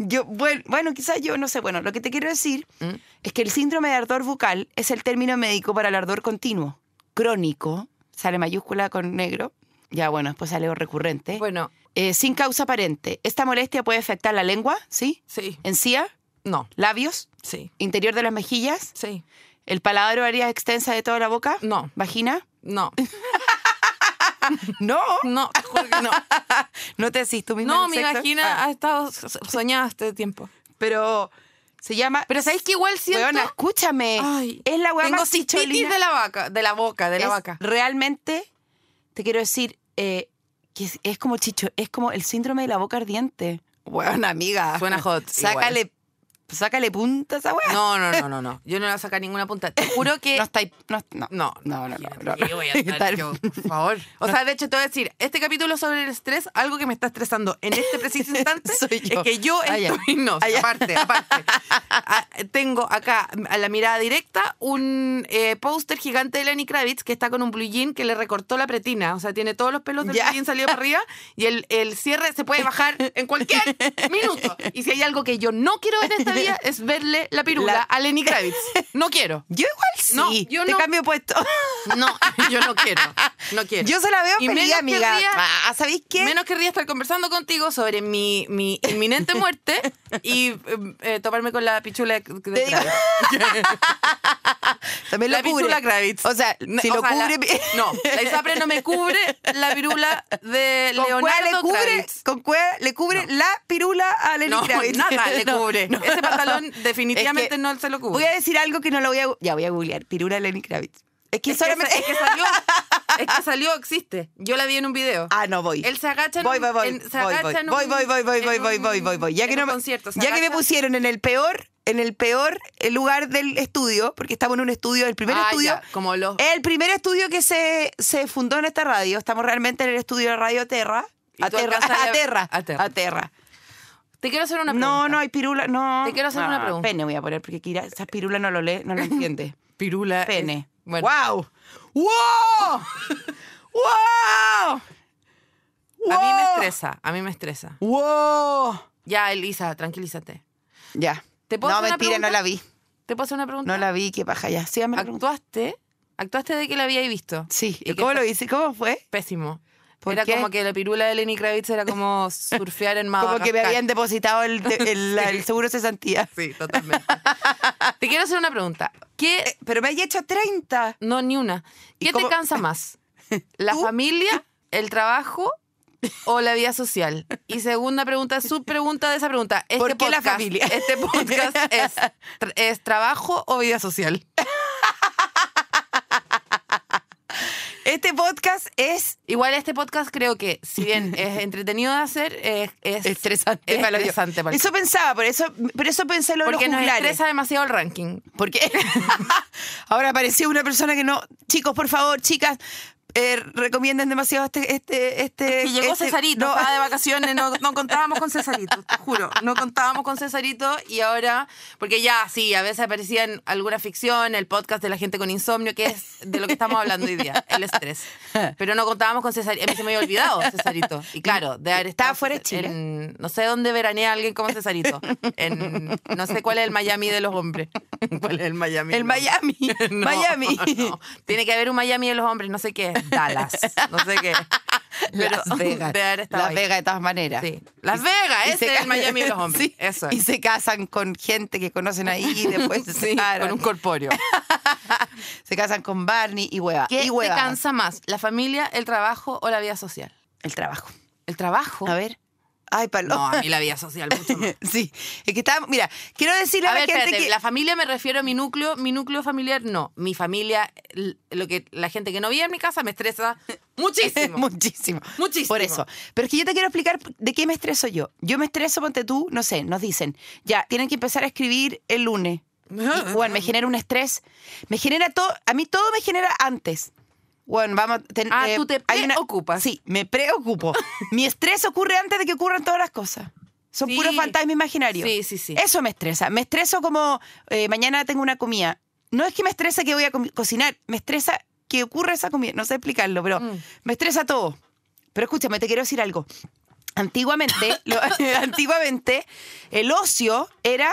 [SPEAKER 1] Yo, bueno, bueno, quizás yo, no sé. Bueno, lo que te quiero decir
[SPEAKER 3] ¿Mm?
[SPEAKER 1] es que el síndrome de ardor bucal es el término médico para el ardor continuo. Crónico, sale mayúscula con negro. Ya, bueno, después sale recurrente.
[SPEAKER 3] Bueno,
[SPEAKER 1] Eh, sin causa aparente. Esta molestia puede afectar la lengua, ¿sí?
[SPEAKER 3] sí.
[SPEAKER 1] Encía,
[SPEAKER 3] No,
[SPEAKER 1] labios,
[SPEAKER 3] sí,
[SPEAKER 1] interior de las mejillas,
[SPEAKER 3] sí.
[SPEAKER 1] el paladar o área extensa de toda la boca.
[SPEAKER 3] No.
[SPEAKER 1] Vagina.
[SPEAKER 3] No,
[SPEAKER 1] No.
[SPEAKER 3] no, te juro que no.
[SPEAKER 1] No te asís tú misma.
[SPEAKER 3] No,
[SPEAKER 1] en
[SPEAKER 3] mi
[SPEAKER 1] el sexo?
[SPEAKER 3] vagina
[SPEAKER 1] Ah,
[SPEAKER 3] ha estado soñada este tiempo.
[SPEAKER 1] pero se llama.
[SPEAKER 3] Pero sabéis que igual siento.
[SPEAKER 1] Weona, escúchame.
[SPEAKER 3] Ay,
[SPEAKER 1] es la weá
[SPEAKER 3] Tengo
[SPEAKER 1] más
[SPEAKER 3] cistitis
[SPEAKER 1] chicholina.
[SPEAKER 3] de la vaca, de la boca, de la
[SPEAKER 1] Es
[SPEAKER 3] vaca.
[SPEAKER 1] Realmente, te quiero decir, eh, que es, es como chicho, es como el síndrome de la boca ardiente. Buena amiga.
[SPEAKER 3] Suena hot,
[SPEAKER 1] Sácale, sácale punta a esa weá. Eh,
[SPEAKER 3] No, no, no, no, no. Yo no le voy a sacar ninguna punta. Te juro que.
[SPEAKER 1] No está ahí- No, no,
[SPEAKER 3] No,
[SPEAKER 1] no, no, no,
[SPEAKER 3] imagínate
[SPEAKER 1] no,
[SPEAKER 3] que
[SPEAKER 1] no.
[SPEAKER 3] yo voy a estar
[SPEAKER 1] Tal-
[SPEAKER 3] yo, por favor. O sea, de hecho, te voy a decir, este capítulo sobre el estrés, algo que me está estresando en este preciso instante,
[SPEAKER 1] Soy yo.
[SPEAKER 3] es que yo
[SPEAKER 1] Ah, ya.
[SPEAKER 3] estoy, no,
[SPEAKER 1] Ah, ya.
[SPEAKER 3] aparte, aparte. Ah, tengo acá, a la mirada directa, un eh, póster gigante de Lenny Kravitz que está con un blue jean que le recortó la pretina. O sea, tiene todos los pelos del
[SPEAKER 1] Ya.
[SPEAKER 3] blue jean salido para arriba y el, el cierre se puede bajar en cualquier minuto. Y si hay algo que yo no quiero ver en esta vida, es verle la pirula
[SPEAKER 1] La-
[SPEAKER 3] a Lenny Kravitz. No quiero.
[SPEAKER 1] Yo igual sí.
[SPEAKER 3] No, yo
[SPEAKER 1] te
[SPEAKER 3] no.
[SPEAKER 1] cambio puesto.
[SPEAKER 3] No, yo no quiero. No quiero.
[SPEAKER 1] Yo se la veo
[SPEAKER 3] Y
[SPEAKER 1] feliz,
[SPEAKER 3] menos
[SPEAKER 1] amiga.
[SPEAKER 3] querría-
[SPEAKER 1] ah, ¿sabéis qué?
[SPEAKER 3] Menos querría estar conversando contigo sobre mi, mi inminente muerte y eh, eh, toparme con la pichula de
[SPEAKER 1] Te digo-
[SPEAKER 3] Kravitz.
[SPEAKER 1] También
[SPEAKER 3] la
[SPEAKER 1] lo cubre.
[SPEAKER 3] pichula Kravitz.
[SPEAKER 1] O sea,
[SPEAKER 3] No,
[SPEAKER 1] si
[SPEAKER 3] o
[SPEAKER 1] lo
[SPEAKER 3] sea, la-
[SPEAKER 1] cubre.
[SPEAKER 3] no, la Isapre no me cubre la pirula de
[SPEAKER 1] Con cueva
[SPEAKER 3] Leonardo
[SPEAKER 1] le cubre,
[SPEAKER 3] Kravitz.
[SPEAKER 1] con cueva le cubre la pirula a Lenny
[SPEAKER 3] No,
[SPEAKER 1] Kravitz.
[SPEAKER 3] nada le
[SPEAKER 1] No,
[SPEAKER 3] cubre.
[SPEAKER 1] no.
[SPEAKER 3] Ese pantalón definitivamente
[SPEAKER 1] Es que
[SPEAKER 3] no se lo cubre.
[SPEAKER 1] Voy a decir algo que no lo voy a. Ya voy a googlear. Pirula de Lenny Kravitz. Es que
[SPEAKER 3] es, que,
[SPEAKER 1] solamente.
[SPEAKER 3] es que salió, es que salió, existe. Yo la vi en un video.
[SPEAKER 1] Ah, no voy.
[SPEAKER 3] Él se agacha en
[SPEAKER 1] Voy,
[SPEAKER 3] un-
[SPEAKER 1] voy, voy.
[SPEAKER 3] en- se
[SPEAKER 1] voy,
[SPEAKER 3] agacha
[SPEAKER 1] voy,
[SPEAKER 3] en
[SPEAKER 1] voy,
[SPEAKER 3] un-
[SPEAKER 1] voy, voy, voy,
[SPEAKER 3] en
[SPEAKER 1] voy, voy,
[SPEAKER 3] un-
[SPEAKER 1] voy, voy. Ya
[SPEAKER 3] en
[SPEAKER 1] que
[SPEAKER 3] un
[SPEAKER 1] no me-
[SPEAKER 3] concierto, se
[SPEAKER 1] ya que me
[SPEAKER 3] agacha.
[SPEAKER 1] pusieron en el peor, en el peor eh, lugar del estudio, porque estamos en un estudio, el primer
[SPEAKER 3] Ah,
[SPEAKER 1] estudio. eh,
[SPEAKER 3] ya, como los-
[SPEAKER 1] El primer estudio que se, se fundó en esta radio. Estamos realmente en el estudio de Radio Terra.
[SPEAKER 3] Y tú
[SPEAKER 1] Aterra,
[SPEAKER 3] alcanzas a-
[SPEAKER 1] aterra,
[SPEAKER 3] Aterra.
[SPEAKER 1] aterra,
[SPEAKER 3] Te quiero hacer una pregunta.
[SPEAKER 1] No, no hay pirula, no.
[SPEAKER 3] Te quiero hacer una
[SPEAKER 1] Ah,
[SPEAKER 3] pregunta.
[SPEAKER 1] Pene voy a poner, porque Kira, esa pirula no lo lee, no lo entiende.
[SPEAKER 3] Pirula. es-
[SPEAKER 1] Pene.
[SPEAKER 3] bueno,
[SPEAKER 1] ¡Wow! ¡Wow! ¡Wow!
[SPEAKER 3] a mí me
[SPEAKER 1] ¡Wow!
[SPEAKER 3] estresa, a mí me estresa.
[SPEAKER 1] ¡Wow!
[SPEAKER 3] Ya, Elisa, tranquilízate.
[SPEAKER 1] Ya.
[SPEAKER 3] ¿Te puedo
[SPEAKER 1] no,
[SPEAKER 3] hacer una
[SPEAKER 1] mentira,
[SPEAKER 3] pregunta?
[SPEAKER 1] no la vi.
[SPEAKER 3] ¿Te puedo hacer una pregunta?
[SPEAKER 1] No la vi, qué paja ya. Sí, me la pregunta.
[SPEAKER 3] ¿Actuaste? ¿Actuaste de que la habíais visto?
[SPEAKER 1] Sí.
[SPEAKER 3] ¿Y qué
[SPEAKER 1] ¿Cómo
[SPEAKER 3] fue?
[SPEAKER 1] lo hice? ¿Cómo fue?
[SPEAKER 3] Pésimo.
[SPEAKER 1] ¿Por
[SPEAKER 3] era
[SPEAKER 1] qué?
[SPEAKER 3] como que la pirula de Lenny Kravitz era como surfear en Madagascar.
[SPEAKER 1] Como que me habían depositado el, el- la- el seguro de cesantía.
[SPEAKER 3] Sí, totalmente. Te quiero hacer una pregunta. ¿Qué...
[SPEAKER 1] Eh, Pero me hay hecho 30.
[SPEAKER 3] No, ni una.
[SPEAKER 1] ¿Y
[SPEAKER 3] ¿Qué te
[SPEAKER 1] cómo-
[SPEAKER 3] cansa más? ¿La
[SPEAKER 1] ¿Tú?
[SPEAKER 3] familia, el trabajo o la vida social? Y segunda pregunta, subpregunta de esa pregunta. Este
[SPEAKER 1] ¿Por qué la
[SPEAKER 3] podcast-
[SPEAKER 1] familia?
[SPEAKER 3] Este podcast es, tra- es trabajo o vida social.
[SPEAKER 1] Este podcast es
[SPEAKER 3] Igual este podcast creo que, si bien es entretenido de hacer, es, es-
[SPEAKER 1] estresante.
[SPEAKER 3] es
[SPEAKER 1] para los-
[SPEAKER 3] estresante para-
[SPEAKER 1] Eso pensaba, por eso, por eso pensé lo de los
[SPEAKER 3] porque nos
[SPEAKER 1] juglares.
[SPEAKER 3] estresa demasiado el ranking.
[SPEAKER 1] Porque ahora apareció una persona que no. Chicos, por favor, chicas, eh, recomienden demasiado este. este, este
[SPEAKER 3] Y llegó
[SPEAKER 1] este-
[SPEAKER 3] Cesarito,
[SPEAKER 1] no.
[SPEAKER 3] estaba de vacaciones, no, no contábamos con Cesarito, te juro, no contábamos con Cesarito y ahora, porque ya sí, a veces aparecían alguna ficción, el podcast de la gente con insomnio, que es de lo que estamos hablando hoy día, el estrés. Pero no contábamos con Cesarito, a mí se me había olvidado Cesarito. Y claro, de haber
[SPEAKER 1] Estaba
[SPEAKER 3] estado
[SPEAKER 1] fuera de Chile.
[SPEAKER 3] en- no sé dónde veranea alguien como Cesarito, en, no sé cuál es el Miami de los hombres. ¿Cuál es el Miami?
[SPEAKER 1] El
[SPEAKER 3] de los hombres?
[SPEAKER 1] Miami.
[SPEAKER 3] No,
[SPEAKER 1] Miami.
[SPEAKER 3] no. Tiene que haber un Miami de los hombres, no sé qué. Dallas. No sé qué.
[SPEAKER 1] Las
[SPEAKER 3] Pero
[SPEAKER 1] Vegas.
[SPEAKER 3] de haber estado
[SPEAKER 1] Las
[SPEAKER 3] ahí.
[SPEAKER 1] Vegas, de todas maneras.
[SPEAKER 3] Sí. Las
[SPEAKER 1] Y-
[SPEAKER 3] Vegas,
[SPEAKER 1] y
[SPEAKER 3] ese
[SPEAKER 1] se
[SPEAKER 3] es el
[SPEAKER 1] ca-
[SPEAKER 3] Miami de los hombres.
[SPEAKER 1] Sí,
[SPEAKER 3] Eso es.
[SPEAKER 1] Y se casan con gente que conocen ahí y después se
[SPEAKER 3] Sí,
[SPEAKER 1] separan.
[SPEAKER 3] con un corpóreo.
[SPEAKER 1] Se casan con Barney y hueva.
[SPEAKER 3] ¿Qué
[SPEAKER 1] y
[SPEAKER 3] te
[SPEAKER 1] hueva.
[SPEAKER 3] cansa más? ¿La familia, el trabajo o la vida social?
[SPEAKER 1] El trabajo.
[SPEAKER 3] ¿El trabajo?
[SPEAKER 1] A ver. Ay, palo.
[SPEAKER 3] No, a mí la vida social mucho más.
[SPEAKER 1] sí. Es que estábamos. Mira, quiero decirle a,
[SPEAKER 3] A
[SPEAKER 1] la
[SPEAKER 3] ver,
[SPEAKER 1] gente
[SPEAKER 3] espérate,
[SPEAKER 1] que.
[SPEAKER 3] la familia me refiero a mi núcleo, mi núcleo familiar no. Mi familia, l- lo que la gente que no vive en mi casa me estresa muchísimo.
[SPEAKER 1] Muchísimo.
[SPEAKER 3] Muchísimo.
[SPEAKER 1] Por eso. Pero es que yo te quiero explicar de qué me estreso yo. Yo me estreso, ponte tú, no sé, nos dicen, ya, tienen que empezar a escribir el lunes.
[SPEAKER 3] Ah,
[SPEAKER 1] Y, bueno, me genera un estrés. Me genera todo, a mí todo me genera antes. Bueno, vamos a ten- eh,
[SPEAKER 3] Ah, tú te
[SPEAKER 1] hay una-
[SPEAKER 3] preocupas.
[SPEAKER 1] Sí, me preocupo. Mi estrés ocurre antes de que ocurran todas las cosas. Son
[SPEAKER 3] Sí.
[SPEAKER 1] puros fantasmas imaginarios.
[SPEAKER 3] Sí, sí, sí.
[SPEAKER 1] Eso me estresa. Me estreso como eh, mañana tengo una comida. No es que me estresa que voy a comi- cocinar, me estresa que ocurra esa comida. No sé explicarlo, pero
[SPEAKER 3] Mm.
[SPEAKER 1] me estresa todo. Pero escúchame, te quiero decir algo. Antiguamente, lo- antiguamente el ocio era...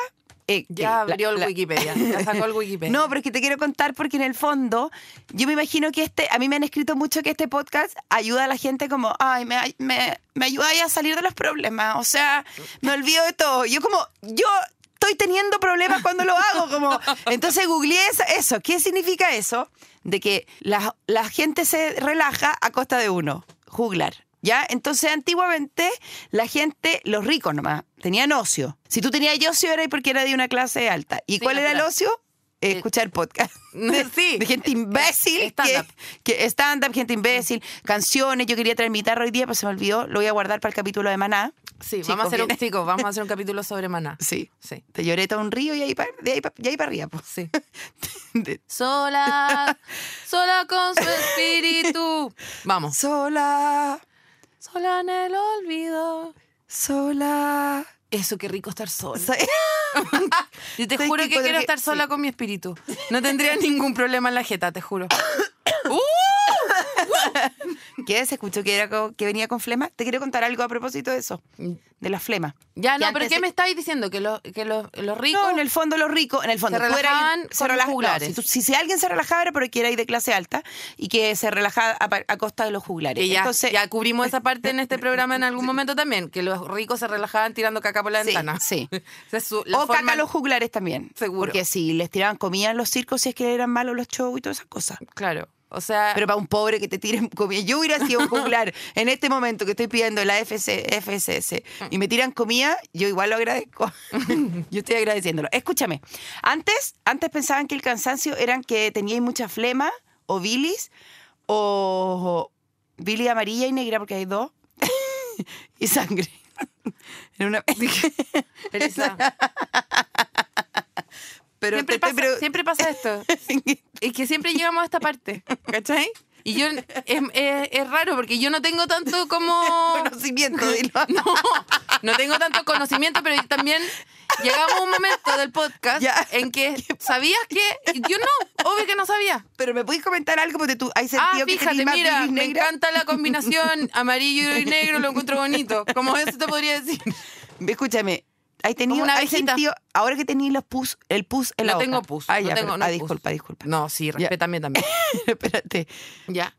[SPEAKER 1] eh,
[SPEAKER 3] Ya
[SPEAKER 1] eh, la-
[SPEAKER 3] abrió el
[SPEAKER 1] la-
[SPEAKER 3] Wikipedia, ya sacó el Wikipedia.
[SPEAKER 1] no, pero es que te quiero contar porque en el fondo, yo me imagino que este, a mí me han escrito mucho que este podcast ayuda a la gente como, ay, me, me, me ayuda ahí a salir de los problemas, o sea, me olvido de todo. Yo como, yo estoy teniendo problemas cuando lo hago, como, entonces googleé esa- eso, ¿qué significa eso? De que la, la gente se relaja a costa de uno, juglar. ¿Ya? Entonces, antiguamente, la gente, los ricos nomás, tenían ocio. Si tú tenías ocio, era porque era de una clase alta.
[SPEAKER 3] Sí,
[SPEAKER 1] ¿Y cuál era el
[SPEAKER 3] natural.
[SPEAKER 1] ocio? eh, escuchar podcast. De,
[SPEAKER 3] Sí.
[SPEAKER 1] de gente imbécil.
[SPEAKER 3] Stand-up.
[SPEAKER 1] Que, que stand-up, gente imbécil, canciones. Yo quería traer mi guitarra hoy día, pero se me olvidó. Lo voy a guardar para el capítulo de Maná.
[SPEAKER 3] Sí,
[SPEAKER 1] Chicos,
[SPEAKER 3] vamos a hacer un
[SPEAKER 1] viene.
[SPEAKER 3] chicos, vamos a hacer un capítulo sobre maná.
[SPEAKER 1] Sí.
[SPEAKER 3] Sí,
[SPEAKER 1] Te lloré todo un río y ahí para ahí pa- y ahí pa arriba. pues. po.
[SPEAKER 3] sí.
[SPEAKER 1] De-
[SPEAKER 3] Sola, sola con su espíritu. Vamos.
[SPEAKER 1] Sola,
[SPEAKER 3] Sola en el olvido.
[SPEAKER 1] sola.
[SPEAKER 3] Eso, qué rico estar sola.
[SPEAKER 1] So-
[SPEAKER 3] Yo te
[SPEAKER 1] ¿Sabes
[SPEAKER 3] juro
[SPEAKER 1] qué?
[SPEAKER 3] que
[SPEAKER 1] Podría-
[SPEAKER 3] quiero estar sola con mi espíritu. No tendría ningún problema en la jeta, te juro.
[SPEAKER 1] ¿Qué? ¿Se escuchó que, era co- que venía con flema? Te quiero contar algo a propósito de eso, de las flemas.
[SPEAKER 3] Ya,
[SPEAKER 1] Que
[SPEAKER 3] no,
[SPEAKER 1] antes
[SPEAKER 3] pero ¿qué
[SPEAKER 1] se-
[SPEAKER 3] me estáis diciendo? Que, los que los, los ricos.
[SPEAKER 1] No, en el fondo los ricos, en el fondo.
[SPEAKER 3] Se
[SPEAKER 1] tú eras-
[SPEAKER 3] relajaban con los
[SPEAKER 1] relaja-
[SPEAKER 3] juglares.
[SPEAKER 1] no, si tú- si, si alguien se relajaba era porque era ahí de clase alta y que se relajaba a, pa- a costa de los juglares.
[SPEAKER 3] que ya,
[SPEAKER 1] Entonces,
[SPEAKER 3] ya cubrimos esa parte en este programa en algún momento también, que los ricos se relajaban tirando caca por la
[SPEAKER 1] Sí,
[SPEAKER 3] ventana.
[SPEAKER 1] sí.
[SPEAKER 3] Esa es su- la
[SPEAKER 1] o caca
[SPEAKER 3] forma-
[SPEAKER 1] a los juglares también.
[SPEAKER 3] Seguro.
[SPEAKER 1] Porque si les tiraban comida en los circos, si es que eran malos los shows y todas esas cosas.
[SPEAKER 3] Claro. O sea,
[SPEAKER 1] Pero para un pobre que te tiren comida. Yo hubiera sido un juglar en este momento que estoy pidiendo la FC, FSS
[SPEAKER 3] Mm.
[SPEAKER 1] y me tiran comida, yo igual lo agradezco. yo estoy agradeciéndolo. Escúchame, antes, antes pensaban que el cansancio eran que teníais mucha flema o bilis o bilis amarilla y negra porque hay dos y sangre. Era una...
[SPEAKER 3] Elisa,
[SPEAKER 1] Pero
[SPEAKER 3] siempre,
[SPEAKER 1] te-
[SPEAKER 3] pasa,
[SPEAKER 1] pero-
[SPEAKER 3] siempre pasa esto. Es que siempre llegamos a esta parte, ¿cachai? Y yo, es, es- es raro porque yo no tengo tanto como...
[SPEAKER 1] Conocimiento, dilo.
[SPEAKER 3] No, no tengo tanto conocimiento, pero también llegamos a un momento del podcast
[SPEAKER 1] Ya.
[SPEAKER 3] en que sabías que... Yo no, obvio que no sabía.
[SPEAKER 1] Pero me puedes comentar algo porque tú hay
[SPEAKER 3] Ah,
[SPEAKER 1] sentido que
[SPEAKER 3] fíjate,
[SPEAKER 1] tenés más
[SPEAKER 3] mira,
[SPEAKER 1] bilis
[SPEAKER 3] me
[SPEAKER 1] negra.
[SPEAKER 3] encanta la combinación amarillo y negro, lo encuentro bonito. Como eso te podría decir.
[SPEAKER 1] Escúchame, hay tenido
[SPEAKER 3] una
[SPEAKER 1] hay
[SPEAKER 3] abejita.
[SPEAKER 1] sentido ahora que tenéis los pus, el pus en
[SPEAKER 3] No
[SPEAKER 1] la boca.
[SPEAKER 3] tengo pus,
[SPEAKER 1] Ah,
[SPEAKER 3] no
[SPEAKER 1] ya,
[SPEAKER 3] tengo-
[SPEAKER 1] pero-
[SPEAKER 3] no
[SPEAKER 1] ah,
[SPEAKER 3] hay pus.
[SPEAKER 1] disculpa, disculpa.
[SPEAKER 3] No, sí, respétame también.
[SPEAKER 1] Espérate.
[SPEAKER 3] Ya.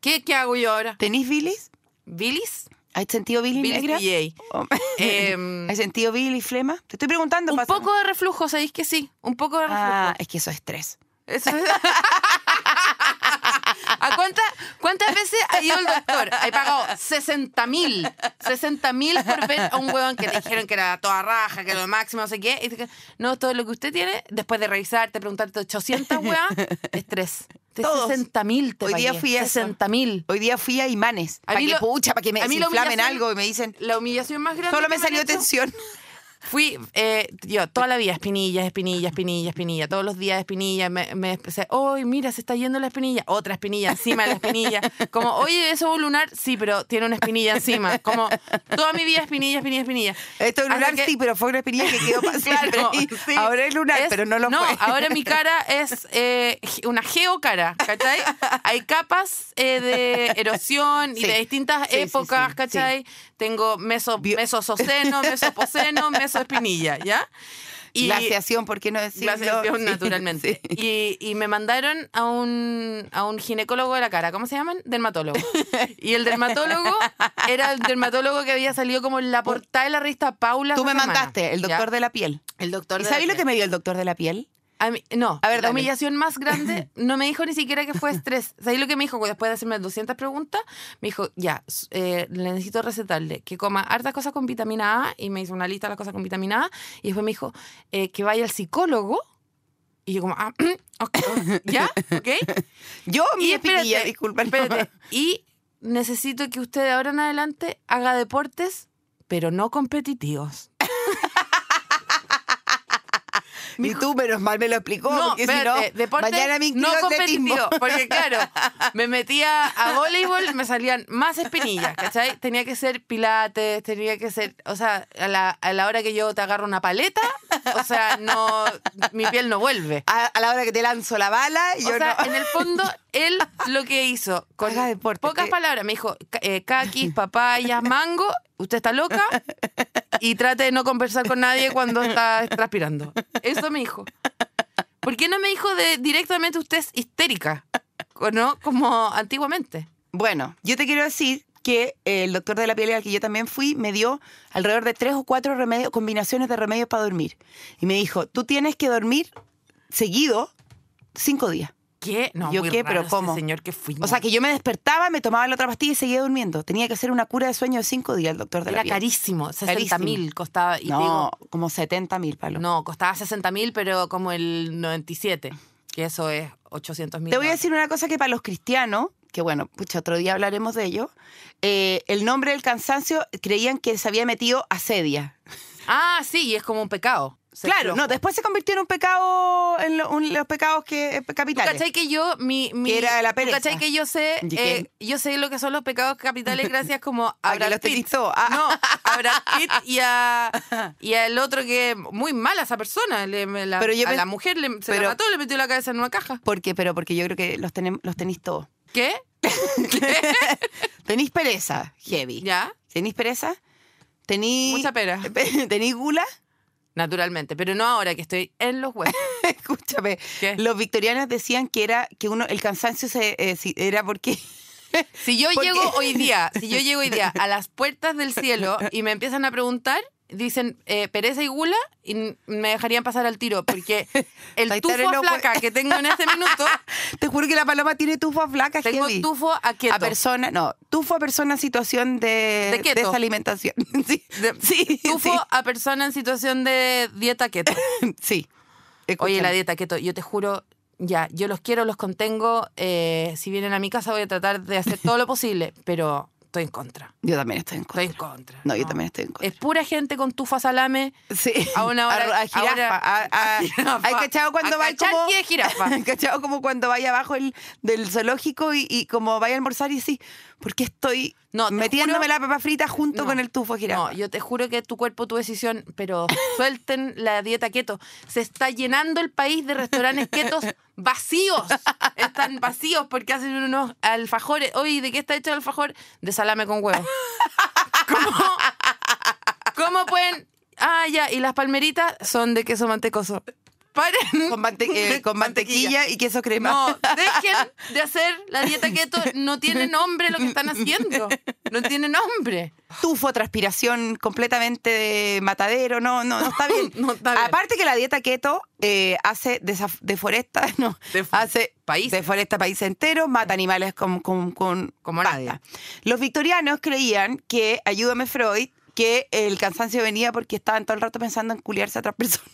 [SPEAKER 3] ¿Qué, ¿Qué hago yo ahora?
[SPEAKER 1] ¿Tenís bilis?
[SPEAKER 3] ¿Bilis?
[SPEAKER 1] ¿Hay sentido bilis,
[SPEAKER 3] Bilis
[SPEAKER 1] negra?
[SPEAKER 3] DJ.
[SPEAKER 1] Oh.
[SPEAKER 3] Em,
[SPEAKER 1] ¿Hay sentido bilis flema? Te estoy preguntando,
[SPEAKER 3] Un
[SPEAKER 1] pasa-
[SPEAKER 3] poco de reflujo, ¿sabéis que sí? Un poco de reflujo.
[SPEAKER 1] Ah, es que eso es estrés.
[SPEAKER 3] Eso es- ¿A cuánta- ¿Cuántas veces ha ido el doctor? He pagado 60 mil. 60 mil por ver a un huevón que te dijeron que era toda raja, que era lo máximo, no sé qué. Y dice que, no, todo lo que usted tiene, después de revisarte, preguntarte 800 huevas, estrés. De
[SPEAKER 1] Todos.
[SPEAKER 3] 60 mil te
[SPEAKER 1] Hoy día
[SPEAKER 3] pagué,
[SPEAKER 1] fui a eso.
[SPEAKER 3] 60 mil.
[SPEAKER 1] Hoy día fui a imanes.
[SPEAKER 3] A
[SPEAKER 1] Para
[SPEAKER 3] mí
[SPEAKER 1] que
[SPEAKER 3] lo-
[SPEAKER 1] pucha, para que me
[SPEAKER 3] a mí la
[SPEAKER 1] desinflamen
[SPEAKER 3] humillación-
[SPEAKER 1] algo y me dicen.
[SPEAKER 3] La humillación más grande.
[SPEAKER 1] Solo
[SPEAKER 3] que
[SPEAKER 1] me
[SPEAKER 3] han
[SPEAKER 1] salió
[SPEAKER 3] hecho-
[SPEAKER 1] tensión.
[SPEAKER 3] Fui, eh, yo, toda la vida, espinilla, espinilla, espinilla, espinilla. Todos los días, espinilla. Me, me empecé, ¡ay, mira, se está yendo la espinilla! Otra espinilla encima de la espinilla. Como, oye, ¿eso es un lunar? Sí, pero tiene una espinilla encima. Como, toda mi vida, espinilla, espinilla, espinilla.
[SPEAKER 1] Esto es
[SPEAKER 3] Hasta
[SPEAKER 1] lunar,
[SPEAKER 3] que-
[SPEAKER 1] sí, pero fue una experiencia que quedó para siempre.
[SPEAKER 3] Claro,
[SPEAKER 1] Y
[SPEAKER 3] sí.
[SPEAKER 1] Ahora es lunar,
[SPEAKER 3] Es-
[SPEAKER 1] pero no lo
[SPEAKER 3] No,
[SPEAKER 1] fue.
[SPEAKER 3] ahora mi cara es eh, ge- una geocara, ¿cachai? Hay capas eh, de erosión y
[SPEAKER 1] Sí.
[SPEAKER 3] de distintas
[SPEAKER 1] Sí, sí,
[SPEAKER 3] épocas,
[SPEAKER 1] sí,
[SPEAKER 3] ¿cachai? Tengo meso,
[SPEAKER 1] Bio-
[SPEAKER 3] mesosoceno, mesopoceno, mesoespinilla, ¿ya? Y
[SPEAKER 1] Glaciación, ¿por qué no decirlo?
[SPEAKER 3] glaciación,
[SPEAKER 1] Sí,
[SPEAKER 3] naturalmente.
[SPEAKER 1] sí.
[SPEAKER 3] Y, y me mandaron a un, a un ginecólogo de la cara. ¿Cómo se llaman? Dermatólogo. Y el dermatólogo era el dermatólogo que había salido como en la portada de la revista Paula.
[SPEAKER 1] Tú
[SPEAKER 3] esa
[SPEAKER 1] me
[SPEAKER 3] semana,
[SPEAKER 1] mandaste, el
[SPEAKER 3] ¿ya?
[SPEAKER 1] doctor de la piel.
[SPEAKER 3] El doctor
[SPEAKER 1] ¿Y
[SPEAKER 3] de
[SPEAKER 1] sabéis
[SPEAKER 3] la
[SPEAKER 1] lo que me dio el doctor de la piel?
[SPEAKER 3] a mí- no,
[SPEAKER 1] A ver,
[SPEAKER 3] la
[SPEAKER 1] dale.
[SPEAKER 3] humillación más grande no me dijo ni siquiera que fue estrés. ¿Sabéis lo que me dijo? Después de hacerme 200 preguntas, me dijo, ya, s- eh, le necesito recetarle que coma hartas cosas con vitamina A y me hizo una lista de las cosas con vitamina A y después me dijo eh, que vaya al psicólogo y yo como, ah, ok, ya, ok.
[SPEAKER 1] Yo, mi
[SPEAKER 3] Y espérate,
[SPEAKER 1] espinilla, disculpa. no.
[SPEAKER 3] espérate. Y necesito que usted de ahora en adelante haga deportes, pero no competitivos.
[SPEAKER 1] Ni tú, menos mal me lo explicó.
[SPEAKER 3] No,
[SPEAKER 1] porque si
[SPEAKER 3] espérate,
[SPEAKER 1] no,
[SPEAKER 3] deporte
[SPEAKER 1] mañana me
[SPEAKER 3] no
[SPEAKER 1] inscribo a atletismo.
[SPEAKER 3] competitivo. Porque claro, me metía a voleibol, me salían más espinillas, ¿cachai? Tenía que ser pilates, tenía que ser, o sea, a la, a la hora que yo te agarro una paleta, o sea, no, mi piel no vuelve.
[SPEAKER 1] A, a la hora que te lanzo la bala, yo
[SPEAKER 3] o sea, eh,
[SPEAKER 1] no.
[SPEAKER 3] en el fondo, él lo que hizo, con
[SPEAKER 1] Haga deporte,
[SPEAKER 3] pocas
[SPEAKER 1] que-
[SPEAKER 3] palabras, me dijo, ca- eh, caquis, papayas, mango, usted está loca y trate de no conversar con nadie cuando está transpirando. Eso me dijo. ¿Por qué no me dijo de, directamente usted es histérica? ¿O ¿No? Como antiguamente.
[SPEAKER 1] Bueno, yo te quiero decir que eh, el doctor de la piel al que yo también fui me dio alrededor de tres o cuatro remedios, combinaciones de remedios para dormir. Y me dijo, tú tienes que dormir seguido cinco días.
[SPEAKER 3] ¿Qué? No,
[SPEAKER 1] ¿Yo
[SPEAKER 3] muy
[SPEAKER 1] qué?
[SPEAKER 3] raro
[SPEAKER 1] ¿Pero
[SPEAKER 3] ese
[SPEAKER 1] cómo?
[SPEAKER 3] señor que fuimos.
[SPEAKER 1] O sea, que yo me despertaba, me tomaba la otra pastilla y seguía durmiendo. Tenía que hacer una cura de sueño de cinco días el doctor de
[SPEAKER 3] Era
[SPEAKER 1] la piel.
[SPEAKER 3] carísimo, 60
[SPEAKER 1] Carísimo.
[SPEAKER 3] mil costaba. Y te
[SPEAKER 1] No,
[SPEAKER 3] digo,
[SPEAKER 1] como 70 mil palos.
[SPEAKER 3] no, costaba 60 mil, pero como el 97, que eso es 800 mil.
[SPEAKER 1] Te voy a decir una cosa que para los cristianos, que bueno, pucha, otro día hablaremos de ello, eh, el nombre del cansancio creían que se había metido asedia.
[SPEAKER 3] Ah, sí, y es como un pecado. ser
[SPEAKER 1] Claro,
[SPEAKER 3] flojo.
[SPEAKER 1] no, después se convirtió en un pecado, en lo- un- los pecados que eh,
[SPEAKER 3] ¿Tú
[SPEAKER 1] capitales.
[SPEAKER 3] cachai que yo, mi, mi-
[SPEAKER 1] Que era la
[SPEAKER 3] tú
[SPEAKER 1] pereza.
[SPEAKER 3] cachai que yo sé,
[SPEAKER 1] ¿Y
[SPEAKER 3] eh, yo sé lo que son los pecados capitales gracias como a
[SPEAKER 1] Ah, que
[SPEAKER 3] Brad
[SPEAKER 1] los
[SPEAKER 3] Pitt.
[SPEAKER 1] tenís todos. Ah.
[SPEAKER 3] No, a Brad Pitt y a y al otro que muy mala esa persona, le- me la-
[SPEAKER 1] Pero yo
[SPEAKER 3] a
[SPEAKER 1] pens-
[SPEAKER 3] la mujer le, se
[SPEAKER 1] pero-
[SPEAKER 3] la mató, le metió la cabeza en una caja.
[SPEAKER 1] ¿Por qué? Pero porque yo creo que los, tenem- los tenéis todos.
[SPEAKER 3] ¿Qué?
[SPEAKER 1] Tenís pereza, heavy.
[SPEAKER 3] Ya,
[SPEAKER 1] Tenís pereza, tenís...
[SPEAKER 3] Mucha pera.
[SPEAKER 1] eh, Tenís gula.
[SPEAKER 3] naturalmente, pero no ahora que estoy en los huevos.
[SPEAKER 1] Escúchame,
[SPEAKER 3] ¿Qué?
[SPEAKER 1] los victorianos decían que era que uno el cansancio se, eh, si- era porque...
[SPEAKER 3] Si yo
[SPEAKER 1] ¿Por
[SPEAKER 3] llego
[SPEAKER 1] qué?
[SPEAKER 3] hoy día, si yo llego hoy día a las puertas del cielo y me empiezan a preguntar, dicen eh, pereza y gula y n- me dejarían pasar al tiro porque el
[SPEAKER 1] Ahí estaré
[SPEAKER 3] tufo a
[SPEAKER 1] los hue-
[SPEAKER 3] flaca que tengo en este minuto,
[SPEAKER 1] Te juro que la paloma tiene tufo a flaca,
[SPEAKER 3] tengo
[SPEAKER 1] heavy.
[SPEAKER 3] tufo a
[SPEAKER 1] a
[SPEAKER 3] quieto.
[SPEAKER 1] persona, no, tufo a persona en situación de,
[SPEAKER 3] De keto.
[SPEAKER 1] desalimentación. Sí,
[SPEAKER 3] De-
[SPEAKER 1] sí,
[SPEAKER 3] Tufo a persona en situación de dieta keto.
[SPEAKER 1] sí,
[SPEAKER 3] Oye,
[SPEAKER 1] sí.
[SPEAKER 3] la
[SPEAKER 1] Escúchame.
[SPEAKER 3] dieta keto, yo te juro, ya, yo los quiero, los contengo. eh, si vienen a mi casa voy a tratar de hacer todo lo posible, pero Estoy en contra.
[SPEAKER 1] Yo también estoy en
[SPEAKER 3] Estoy
[SPEAKER 1] contra.
[SPEAKER 3] en contra.
[SPEAKER 1] No, yo también estoy en
[SPEAKER 3] Es
[SPEAKER 1] contra.
[SPEAKER 3] pura gente con tufa salame
[SPEAKER 1] Sí.
[SPEAKER 3] a una hora.
[SPEAKER 1] A, a jirafa.
[SPEAKER 3] ahora-
[SPEAKER 1] a- a-
[SPEAKER 3] jirafa.
[SPEAKER 1] Hay cachado cuando
[SPEAKER 3] A
[SPEAKER 1] va
[SPEAKER 3] cachar
[SPEAKER 1] como.
[SPEAKER 3] que es jirafa.
[SPEAKER 1] cachado como cuando vaya abajo el, del zoológico y, y como vaya a almorzar y sí, ¿por qué estoy
[SPEAKER 3] No, te
[SPEAKER 1] metiéndome
[SPEAKER 3] juro-
[SPEAKER 1] la papa frita junto
[SPEAKER 3] No.
[SPEAKER 1] con el tufo de jirafa?
[SPEAKER 3] No, yo te juro que tu cuerpo, tu decisión, pero suelten la dieta keto. Se está llenando el país de restaurantes ketos vacíos. Están vacíos porque hacen unos alfajores. Oye, ¿de qué está hecho el alfajor? De salame con huevo. ¿Cómo, cómo pueden...? Ah, ya, y las palmeritas son de queso mantecoso. Paren.
[SPEAKER 1] Con, mante- eh, con mantequilla y queso crema.
[SPEAKER 3] No, dejen de hacer la dieta keto. No tiene nombre lo que están haciendo. No tiene nombre.
[SPEAKER 1] tufo, transpiración completamente de matadero, no, no, no está bien.
[SPEAKER 3] No está bien.
[SPEAKER 1] Aparte que la dieta keto eh, hace desaf- deforesta, no,
[SPEAKER 3] Def-
[SPEAKER 1] hace
[SPEAKER 3] países.
[SPEAKER 1] deforesta países enteros, mata animales con, con, con
[SPEAKER 3] Como
[SPEAKER 1] pasta.
[SPEAKER 3] nadie.
[SPEAKER 1] Los victorianos creían que, ayúdame Freud, que el cansancio venía porque estaban todo el rato pensando en culiarse a otras personas.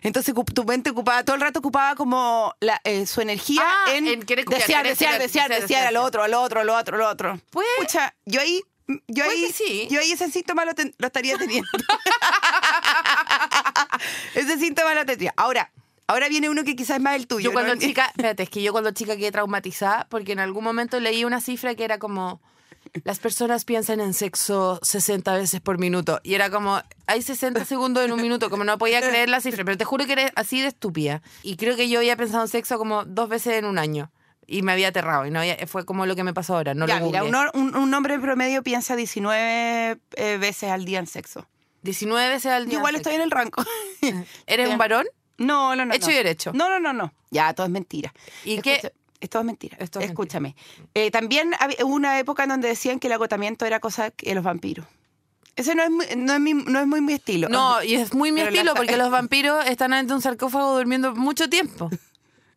[SPEAKER 1] Entonces cu- tu mente ocupaba, todo el rato ocupaba como la, eh, su energía
[SPEAKER 3] Ah,
[SPEAKER 1] en,
[SPEAKER 3] en querer culiar,
[SPEAKER 1] desear,
[SPEAKER 3] querer,
[SPEAKER 1] desear,
[SPEAKER 3] querer,
[SPEAKER 1] desear,
[SPEAKER 3] desear,
[SPEAKER 1] desear, al
[SPEAKER 3] desear.
[SPEAKER 1] otro, al otro, al otro, al otro.
[SPEAKER 3] Pues-
[SPEAKER 1] Pucha, yo ahí, yo
[SPEAKER 3] Puede
[SPEAKER 1] ahí,
[SPEAKER 3] que sí.
[SPEAKER 1] yo ahí ese síntoma lo, ten- lo estaría teniendo. ese síntoma lo tendría. Ahora, ahora viene uno que quizás es más el tuyo.
[SPEAKER 3] Yo cuando
[SPEAKER 1] ¿no?
[SPEAKER 3] chica, espérate, es que yo cuando chica quedé traumatizada porque en algún momento leí una cifra que era como las personas piensan en sexo 60 veces por minuto y era como hay 60 segundos en un minuto, como no podía creer la cifra, pero te juro que eres así de estúpida y creo que yo había pensado en sexo como dos veces en un año y me había aterrado y no había- fue como lo que me pasó ahora, no
[SPEAKER 1] Ya,
[SPEAKER 3] lo
[SPEAKER 1] mira,
[SPEAKER 3] googleé.
[SPEAKER 1] un, hor- un- un hombre en promedio piensa 19 eh, veces al día en sexo.
[SPEAKER 3] 19 veces al
[SPEAKER 1] Yo
[SPEAKER 3] día.
[SPEAKER 1] igual
[SPEAKER 3] sexo.
[SPEAKER 1] estoy en el rango.
[SPEAKER 3] ¿Eres un varón?
[SPEAKER 1] No, no, no.
[SPEAKER 3] Hecho
[SPEAKER 1] no.
[SPEAKER 3] y derecho.
[SPEAKER 1] No, no, no, no. Ya, todo es mentira.
[SPEAKER 3] ¿Y
[SPEAKER 1] Escucha,
[SPEAKER 3] qué?
[SPEAKER 1] Esto es mentira.
[SPEAKER 3] Esto es
[SPEAKER 1] Escúchame. Eh, también hab- hubo una época en donde decían que el agotamiento era cosa de los vampiros. Ese no es, muy- no es, mi, no es muy mi estilo.
[SPEAKER 3] No, y es muy mi
[SPEAKER 1] Pero la
[SPEAKER 3] estilo
[SPEAKER 1] sa-
[SPEAKER 3] porque los vampiros están dentro de un sarcófago durmiendo mucho tiempo.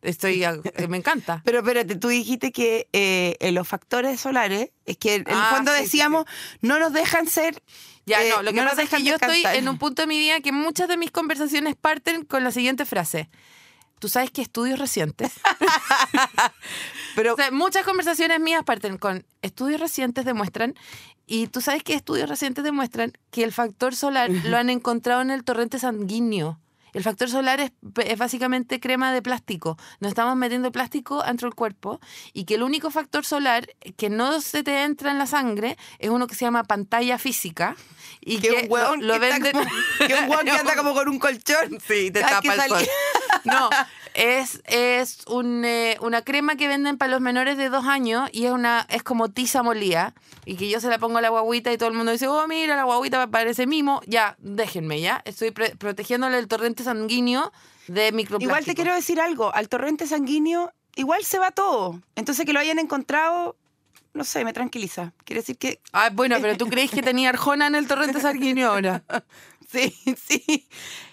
[SPEAKER 3] Estoy, a- eh, me encanta.
[SPEAKER 1] Pero espérate, tú dijiste que eh, eh, los factores solares, es que en el
[SPEAKER 3] Ah,
[SPEAKER 1] fondo
[SPEAKER 3] sí, sí,
[SPEAKER 1] decíamos, no nos dejan ser.
[SPEAKER 3] Ya,
[SPEAKER 1] eh,
[SPEAKER 3] no, lo que
[SPEAKER 1] nos
[SPEAKER 3] pasa es
[SPEAKER 1] dejan
[SPEAKER 3] que yo estoy
[SPEAKER 1] descansar.
[SPEAKER 3] en un punto de mi vida que muchas de mis conversaciones parten con la siguiente frase. Tú sabes que estudios recientes.
[SPEAKER 1] Pero
[SPEAKER 3] O sea, muchas conversaciones mías parten con estudios recientes demuestran. Y tú sabes que estudios recientes demuestran que el factor solar lo han encontrado en el torrente sanguíneo. El factor solar es, es básicamente crema de plástico. Nos estamos metiendo plástico dentro del cuerpo y que el único factor solar que no se te entra en la sangre es uno que se llama pantalla física y
[SPEAKER 1] que
[SPEAKER 3] que,
[SPEAKER 1] un hueón
[SPEAKER 3] lo, lo
[SPEAKER 1] que, está
[SPEAKER 3] venden.
[SPEAKER 1] como- que un hueón que anda como con un colchón.
[SPEAKER 3] Sí, te
[SPEAKER 1] Ay,
[SPEAKER 3] tapa
[SPEAKER 1] que
[SPEAKER 3] el
[SPEAKER 1] salí-
[SPEAKER 3] sol. No, es, es un, eh, una crema que venden para los menores de dos años y es una es como tiza molía y que yo se la pongo a la guaguita y todo el mundo dice, oh, mira, la guaguita parece mimo. Ya, déjenme, ya. Estoy pre- protegiéndole el torrente sanguíneo de microplásticos.
[SPEAKER 1] Igual te quiero decir algo, al torrente sanguíneo igual se va todo. Entonces que lo hayan encontrado, no sé, me tranquiliza. Quiere decir que
[SPEAKER 3] Ah, bueno, pero tú crees que tenía Arjona en el torrente sanguíneo ahora.
[SPEAKER 1] sí, sí.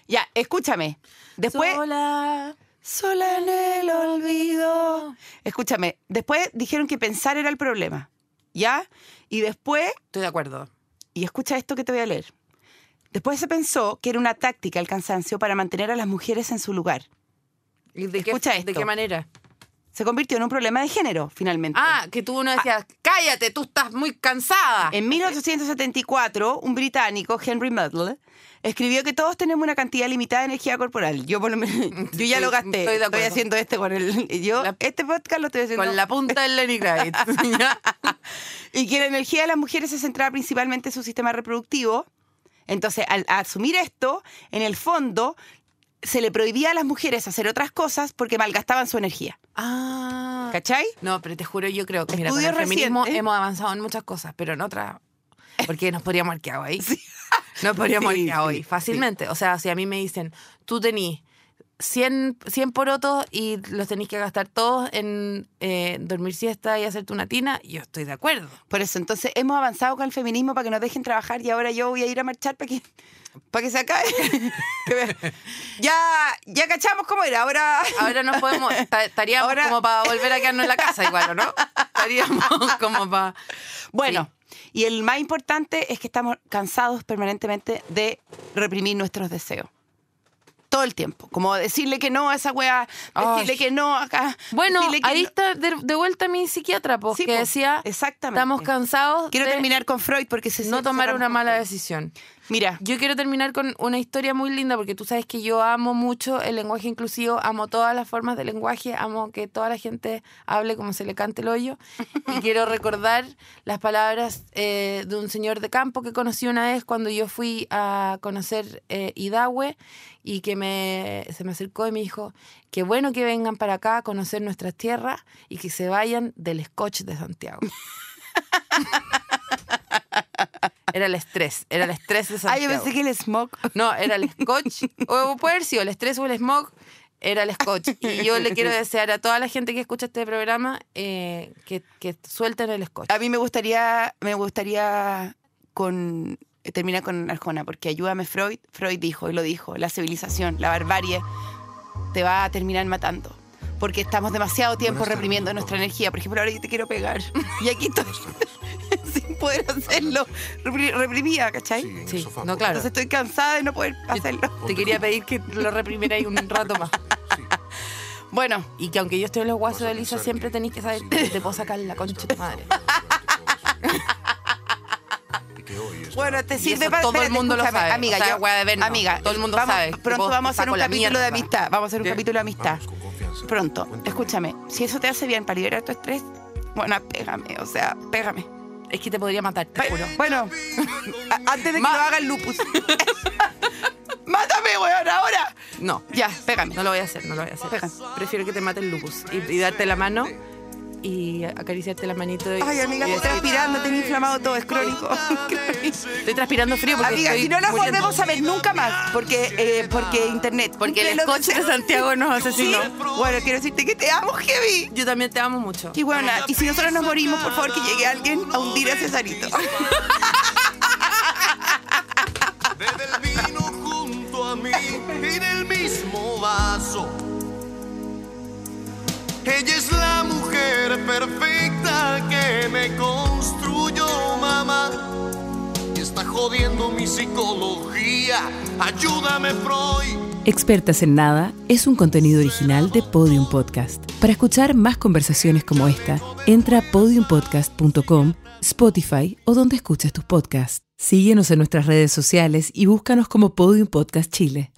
[SPEAKER 1] Ya, escúchame. Después
[SPEAKER 3] Sola.
[SPEAKER 1] sola en el olvido. Escúchame, después dijeron que pensar era el problema. ¿Ya? Y después
[SPEAKER 3] Estoy de acuerdo.
[SPEAKER 1] y escucha esto que te voy a leer. Después se pensó que era una táctica el cansancio para mantener a las mujeres en su lugar.
[SPEAKER 3] ¿Y ¿De qué,
[SPEAKER 1] Escucha
[SPEAKER 3] ¿De
[SPEAKER 1] esto.
[SPEAKER 3] qué manera?
[SPEAKER 1] Se convirtió en un problema de género, finalmente.
[SPEAKER 3] Ah, que tú uno decía, cállate, tú estás muy cansada.
[SPEAKER 1] En 1874, un británico, Henry Muddle, escribió que todos tenemos una cantidad limitada de energía corporal. Yo por lo menos, yo ya lo
[SPEAKER 3] Estoy-
[SPEAKER 1] gasté.
[SPEAKER 3] estoy de
[SPEAKER 1] Estoy,
[SPEAKER 3] acuerdo.
[SPEAKER 1] haciendo este con el yo
[SPEAKER 3] La-
[SPEAKER 1] este podcast lo estoy haciendo.
[SPEAKER 3] Con la punta del Lenny Kravitz.
[SPEAKER 1] Y que la energía de las mujeres se centraba principalmente en su sistema reproductivo. Entonces, al asumir esto, en el fondo se le prohibía a las mujeres hacer otras cosas porque malgastaban su energía.
[SPEAKER 3] ah.
[SPEAKER 1] ¿Cachai?
[SPEAKER 3] No, pero te juro, yo creo que mira, con el
[SPEAKER 1] Estudios
[SPEAKER 3] feminismo
[SPEAKER 1] recientes.
[SPEAKER 3] hemos avanzado en muchas cosas, pero en otras. Porque nos podríamos haber quedado ahí. Nos podríamos
[SPEAKER 1] Sí,
[SPEAKER 3] haber quedado
[SPEAKER 1] sí,
[SPEAKER 3] ahí fácilmente. O sea, si a mí me dicen, tú tenís 100, 100 porotos y los tenés que gastar todos en eh, dormir siesta y hacerte una tina, yo estoy de acuerdo.
[SPEAKER 1] Por eso, entonces hemos avanzado con el feminismo para que nos dejen trabajar y ahora yo voy a ir a marchar para que, para que se acabe. Que me- ya, ya cachamos cómo era, ahora...
[SPEAKER 3] Ahora nos podemos. ta- Estaríamos
[SPEAKER 1] Ahora-
[SPEAKER 3] como para volver a quedarnos en la casa, igual, ¿o no? Estaríamos como para.
[SPEAKER 1] Bueno, y el más importante es que estamos cansados permanentemente de reprimir nuestros deseos. Todo el tiempo. Como decirle que no a esa weá, decirle
[SPEAKER 3] Ay.
[SPEAKER 1] que no acá.
[SPEAKER 3] Bueno,
[SPEAKER 1] decirle que
[SPEAKER 3] ahí
[SPEAKER 1] no.
[SPEAKER 3] está de, de vuelta mi psiquiatra, pues,
[SPEAKER 1] Sí,
[SPEAKER 3] que
[SPEAKER 1] po,
[SPEAKER 3] decía,
[SPEAKER 1] exactamente.
[SPEAKER 3] estamos cansados
[SPEAKER 1] Quiero
[SPEAKER 3] de
[SPEAKER 1] terminar con Freud porque se
[SPEAKER 3] no
[SPEAKER 1] se-
[SPEAKER 3] tomar
[SPEAKER 1] cerramos
[SPEAKER 3] una
[SPEAKER 1] con
[SPEAKER 3] mala
[SPEAKER 1] Freud.
[SPEAKER 3] decisión.
[SPEAKER 1] Mira,
[SPEAKER 3] Yo quiero terminar con una historia muy linda porque tú sabes que yo amo mucho el lenguaje inclusivo, amo todas las formas de lenguaje, amo que toda la gente hable como se le cante el hoyo. Y quiero recordar las palabras eh, de un señor de campo que conocí una vez cuando yo fui a conocer eh, Idahue y que me, se me acercó y me dijo, qué bueno que vengan para acá a conocer nuestras tierras y que se vayan del scotch de Santiago. Era el estrés, era el estrés de
[SPEAKER 1] ah,
[SPEAKER 3] Santiago.
[SPEAKER 1] yo pensé que el smog.
[SPEAKER 3] No, era el scotch. O puede haber sido el estrés o el smog. Era el scotch. Y yo le quiero desear a toda la gente que escucha este programa eh, que, que suelten el scotch.
[SPEAKER 1] A mí me gustaría, me gustaría con eh, terminar con Arjona, porque ayúdame Freud. Freud dijo, y lo dijo, la civilización, la barbarie, te va a terminar matando. Porque estamos demasiado tiempo
[SPEAKER 2] Buenas tardes,
[SPEAKER 1] reprimiendo
[SPEAKER 2] doctor.
[SPEAKER 1] nuestra energía. Por ejemplo, ahora yo te quiero pegar. Y aquí estoy
[SPEAKER 2] Buenas tardes.
[SPEAKER 1] sin poder hacerlo. Repri- Reprimida, ¿cachai?
[SPEAKER 2] Sí, en el
[SPEAKER 3] Sí,
[SPEAKER 2] sofá,
[SPEAKER 3] no,
[SPEAKER 2] por
[SPEAKER 3] claro.
[SPEAKER 1] Entonces estoy cansada de no poder hacerlo.
[SPEAKER 2] favor.
[SPEAKER 3] Te quería pedir que lo reprimierais un rato más.
[SPEAKER 1] Bueno,
[SPEAKER 3] Y que aunque yo esté en los
[SPEAKER 2] Vas
[SPEAKER 3] guasos
[SPEAKER 2] a
[SPEAKER 3] de Lisa,
[SPEAKER 2] pensar
[SPEAKER 3] siempre tenéis que saber
[SPEAKER 2] sí,
[SPEAKER 3] que te puedo
[SPEAKER 2] madre,
[SPEAKER 3] sacar la
[SPEAKER 2] estamos
[SPEAKER 3] concha de tu madre.
[SPEAKER 2] hablando de todo eso. Y que hoy está-
[SPEAKER 1] Bueno, te
[SPEAKER 3] Y
[SPEAKER 1] sirve
[SPEAKER 3] eso
[SPEAKER 1] para
[SPEAKER 3] todo el
[SPEAKER 1] espérate,
[SPEAKER 3] mundo lo
[SPEAKER 1] escúchame,
[SPEAKER 3] sabe.
[SPEAKER 1] Amiga,
[SPEAKER 3] O sea,
[SPEAKER 1] yo-
[SPEAKER 3] wea de ver, no.
[SPEAKER 1] amiga,
[SPEAKER 3] Todo el mundo
[SPEAKER 1] vamos-
[SPEAKER 3] sabe que
[SPEAKER 1] Pronto
[SPEAKER 3] vos
[SPEAKER 1] vamos a
[SPEAKER 3] te
[SPEAKER 1] hacer
[SPEAKER 3] saco
[SPEAKER 1] un
[SPEAKER 3] la
[SPEAKER 1] capítulo de
[SPEAKER 3] mierda.
[SPEAKER 1] amistad. Vamos a hacer un
[SPEAKER 3] Ya.
[SPEAKER 1] capítulo de amistad.
[SPEAKER 2] Vamos con confianza.
[SPEAKER 1] Pronto.
[SPEAKER 2] Cuéntame.
[SPEAKER 1] Escúchame, si eso te hace bien para liberar tu estrés, bueno, pégame, o sea, pégame.
[SPEAKER 3] Es que te podría matar, te
[SPEAKER 1] Pe-
[SPEAKER 3] juro.
[SPEAKER 1] Bueno, a- antes de que
[SPEAKER 3] Ma-
[SPEAKER 1] lo haga el lupus. ¡Mátame, weón, ahora!
[SPEAKER 3] No,
[SPEAKER 1] Ya, pégame.
[SPEAKER 3] no lo voy a hacer, no lo voy a hacer.
[SPEAKER 1] Pega.
[SPEAKER 3] Prefiero que te mate el lupus y, y darte la mano y acariciarte la manito. y-
[SPEAKER 1] Ay, amiga,
[SPEAKER 3] y
[SPEAKER 1] estoy
[SPEAKER 3] decir-
[SPEAKER 1] transpirando, tengo inflamado todo, es crónico.
[SPEAKER 3] Estoy transpirando frío porque
[SPEAKER 1] Amiga,
[SPEAKER 3] estoy
[SPEAKER 1] si no las
[SPEAKER 3] muriendo.
[SPEAKER 1] volvemos a ver nunca más, porque, eh, porque internet.
[SPEAKER 3] Porque el
[SPEAKER 1] Cumple los
[SPEAKER 3] scotch de
[SPEAKER 1] deseos.
[SPEAKER 3] Santiago nos
[SPEAKER 1] Sí,
[SPEAKER 3] asesinó.
[SPEAKER 1] bueno, quiero decirte que te amo, Heavy.
[SPEAKER 3] Yo también te amo mucho.
[SPEAKER 1] Y bueno, y si nosotros nos morimos, por favor, que llegue alguien a hundir a Cesarito.
[SPEAKER 4] Bebe el vino junto a mí en el mismo vaso. Ella es la mujer perfecta que me construyó mamá. Y está jodiendo mi psicología. Ayúdame, Freud.
[SPEAKER 5] Expertas en Nada es un contenido original de Podium Podcast. Para escuchar más conversaciones como esta, entra a podiumpodcast.com, Spotify o donde escuches tus podcasts. Síguenos en nuestras redes sociales y búscanos como Podium Podcast Chile.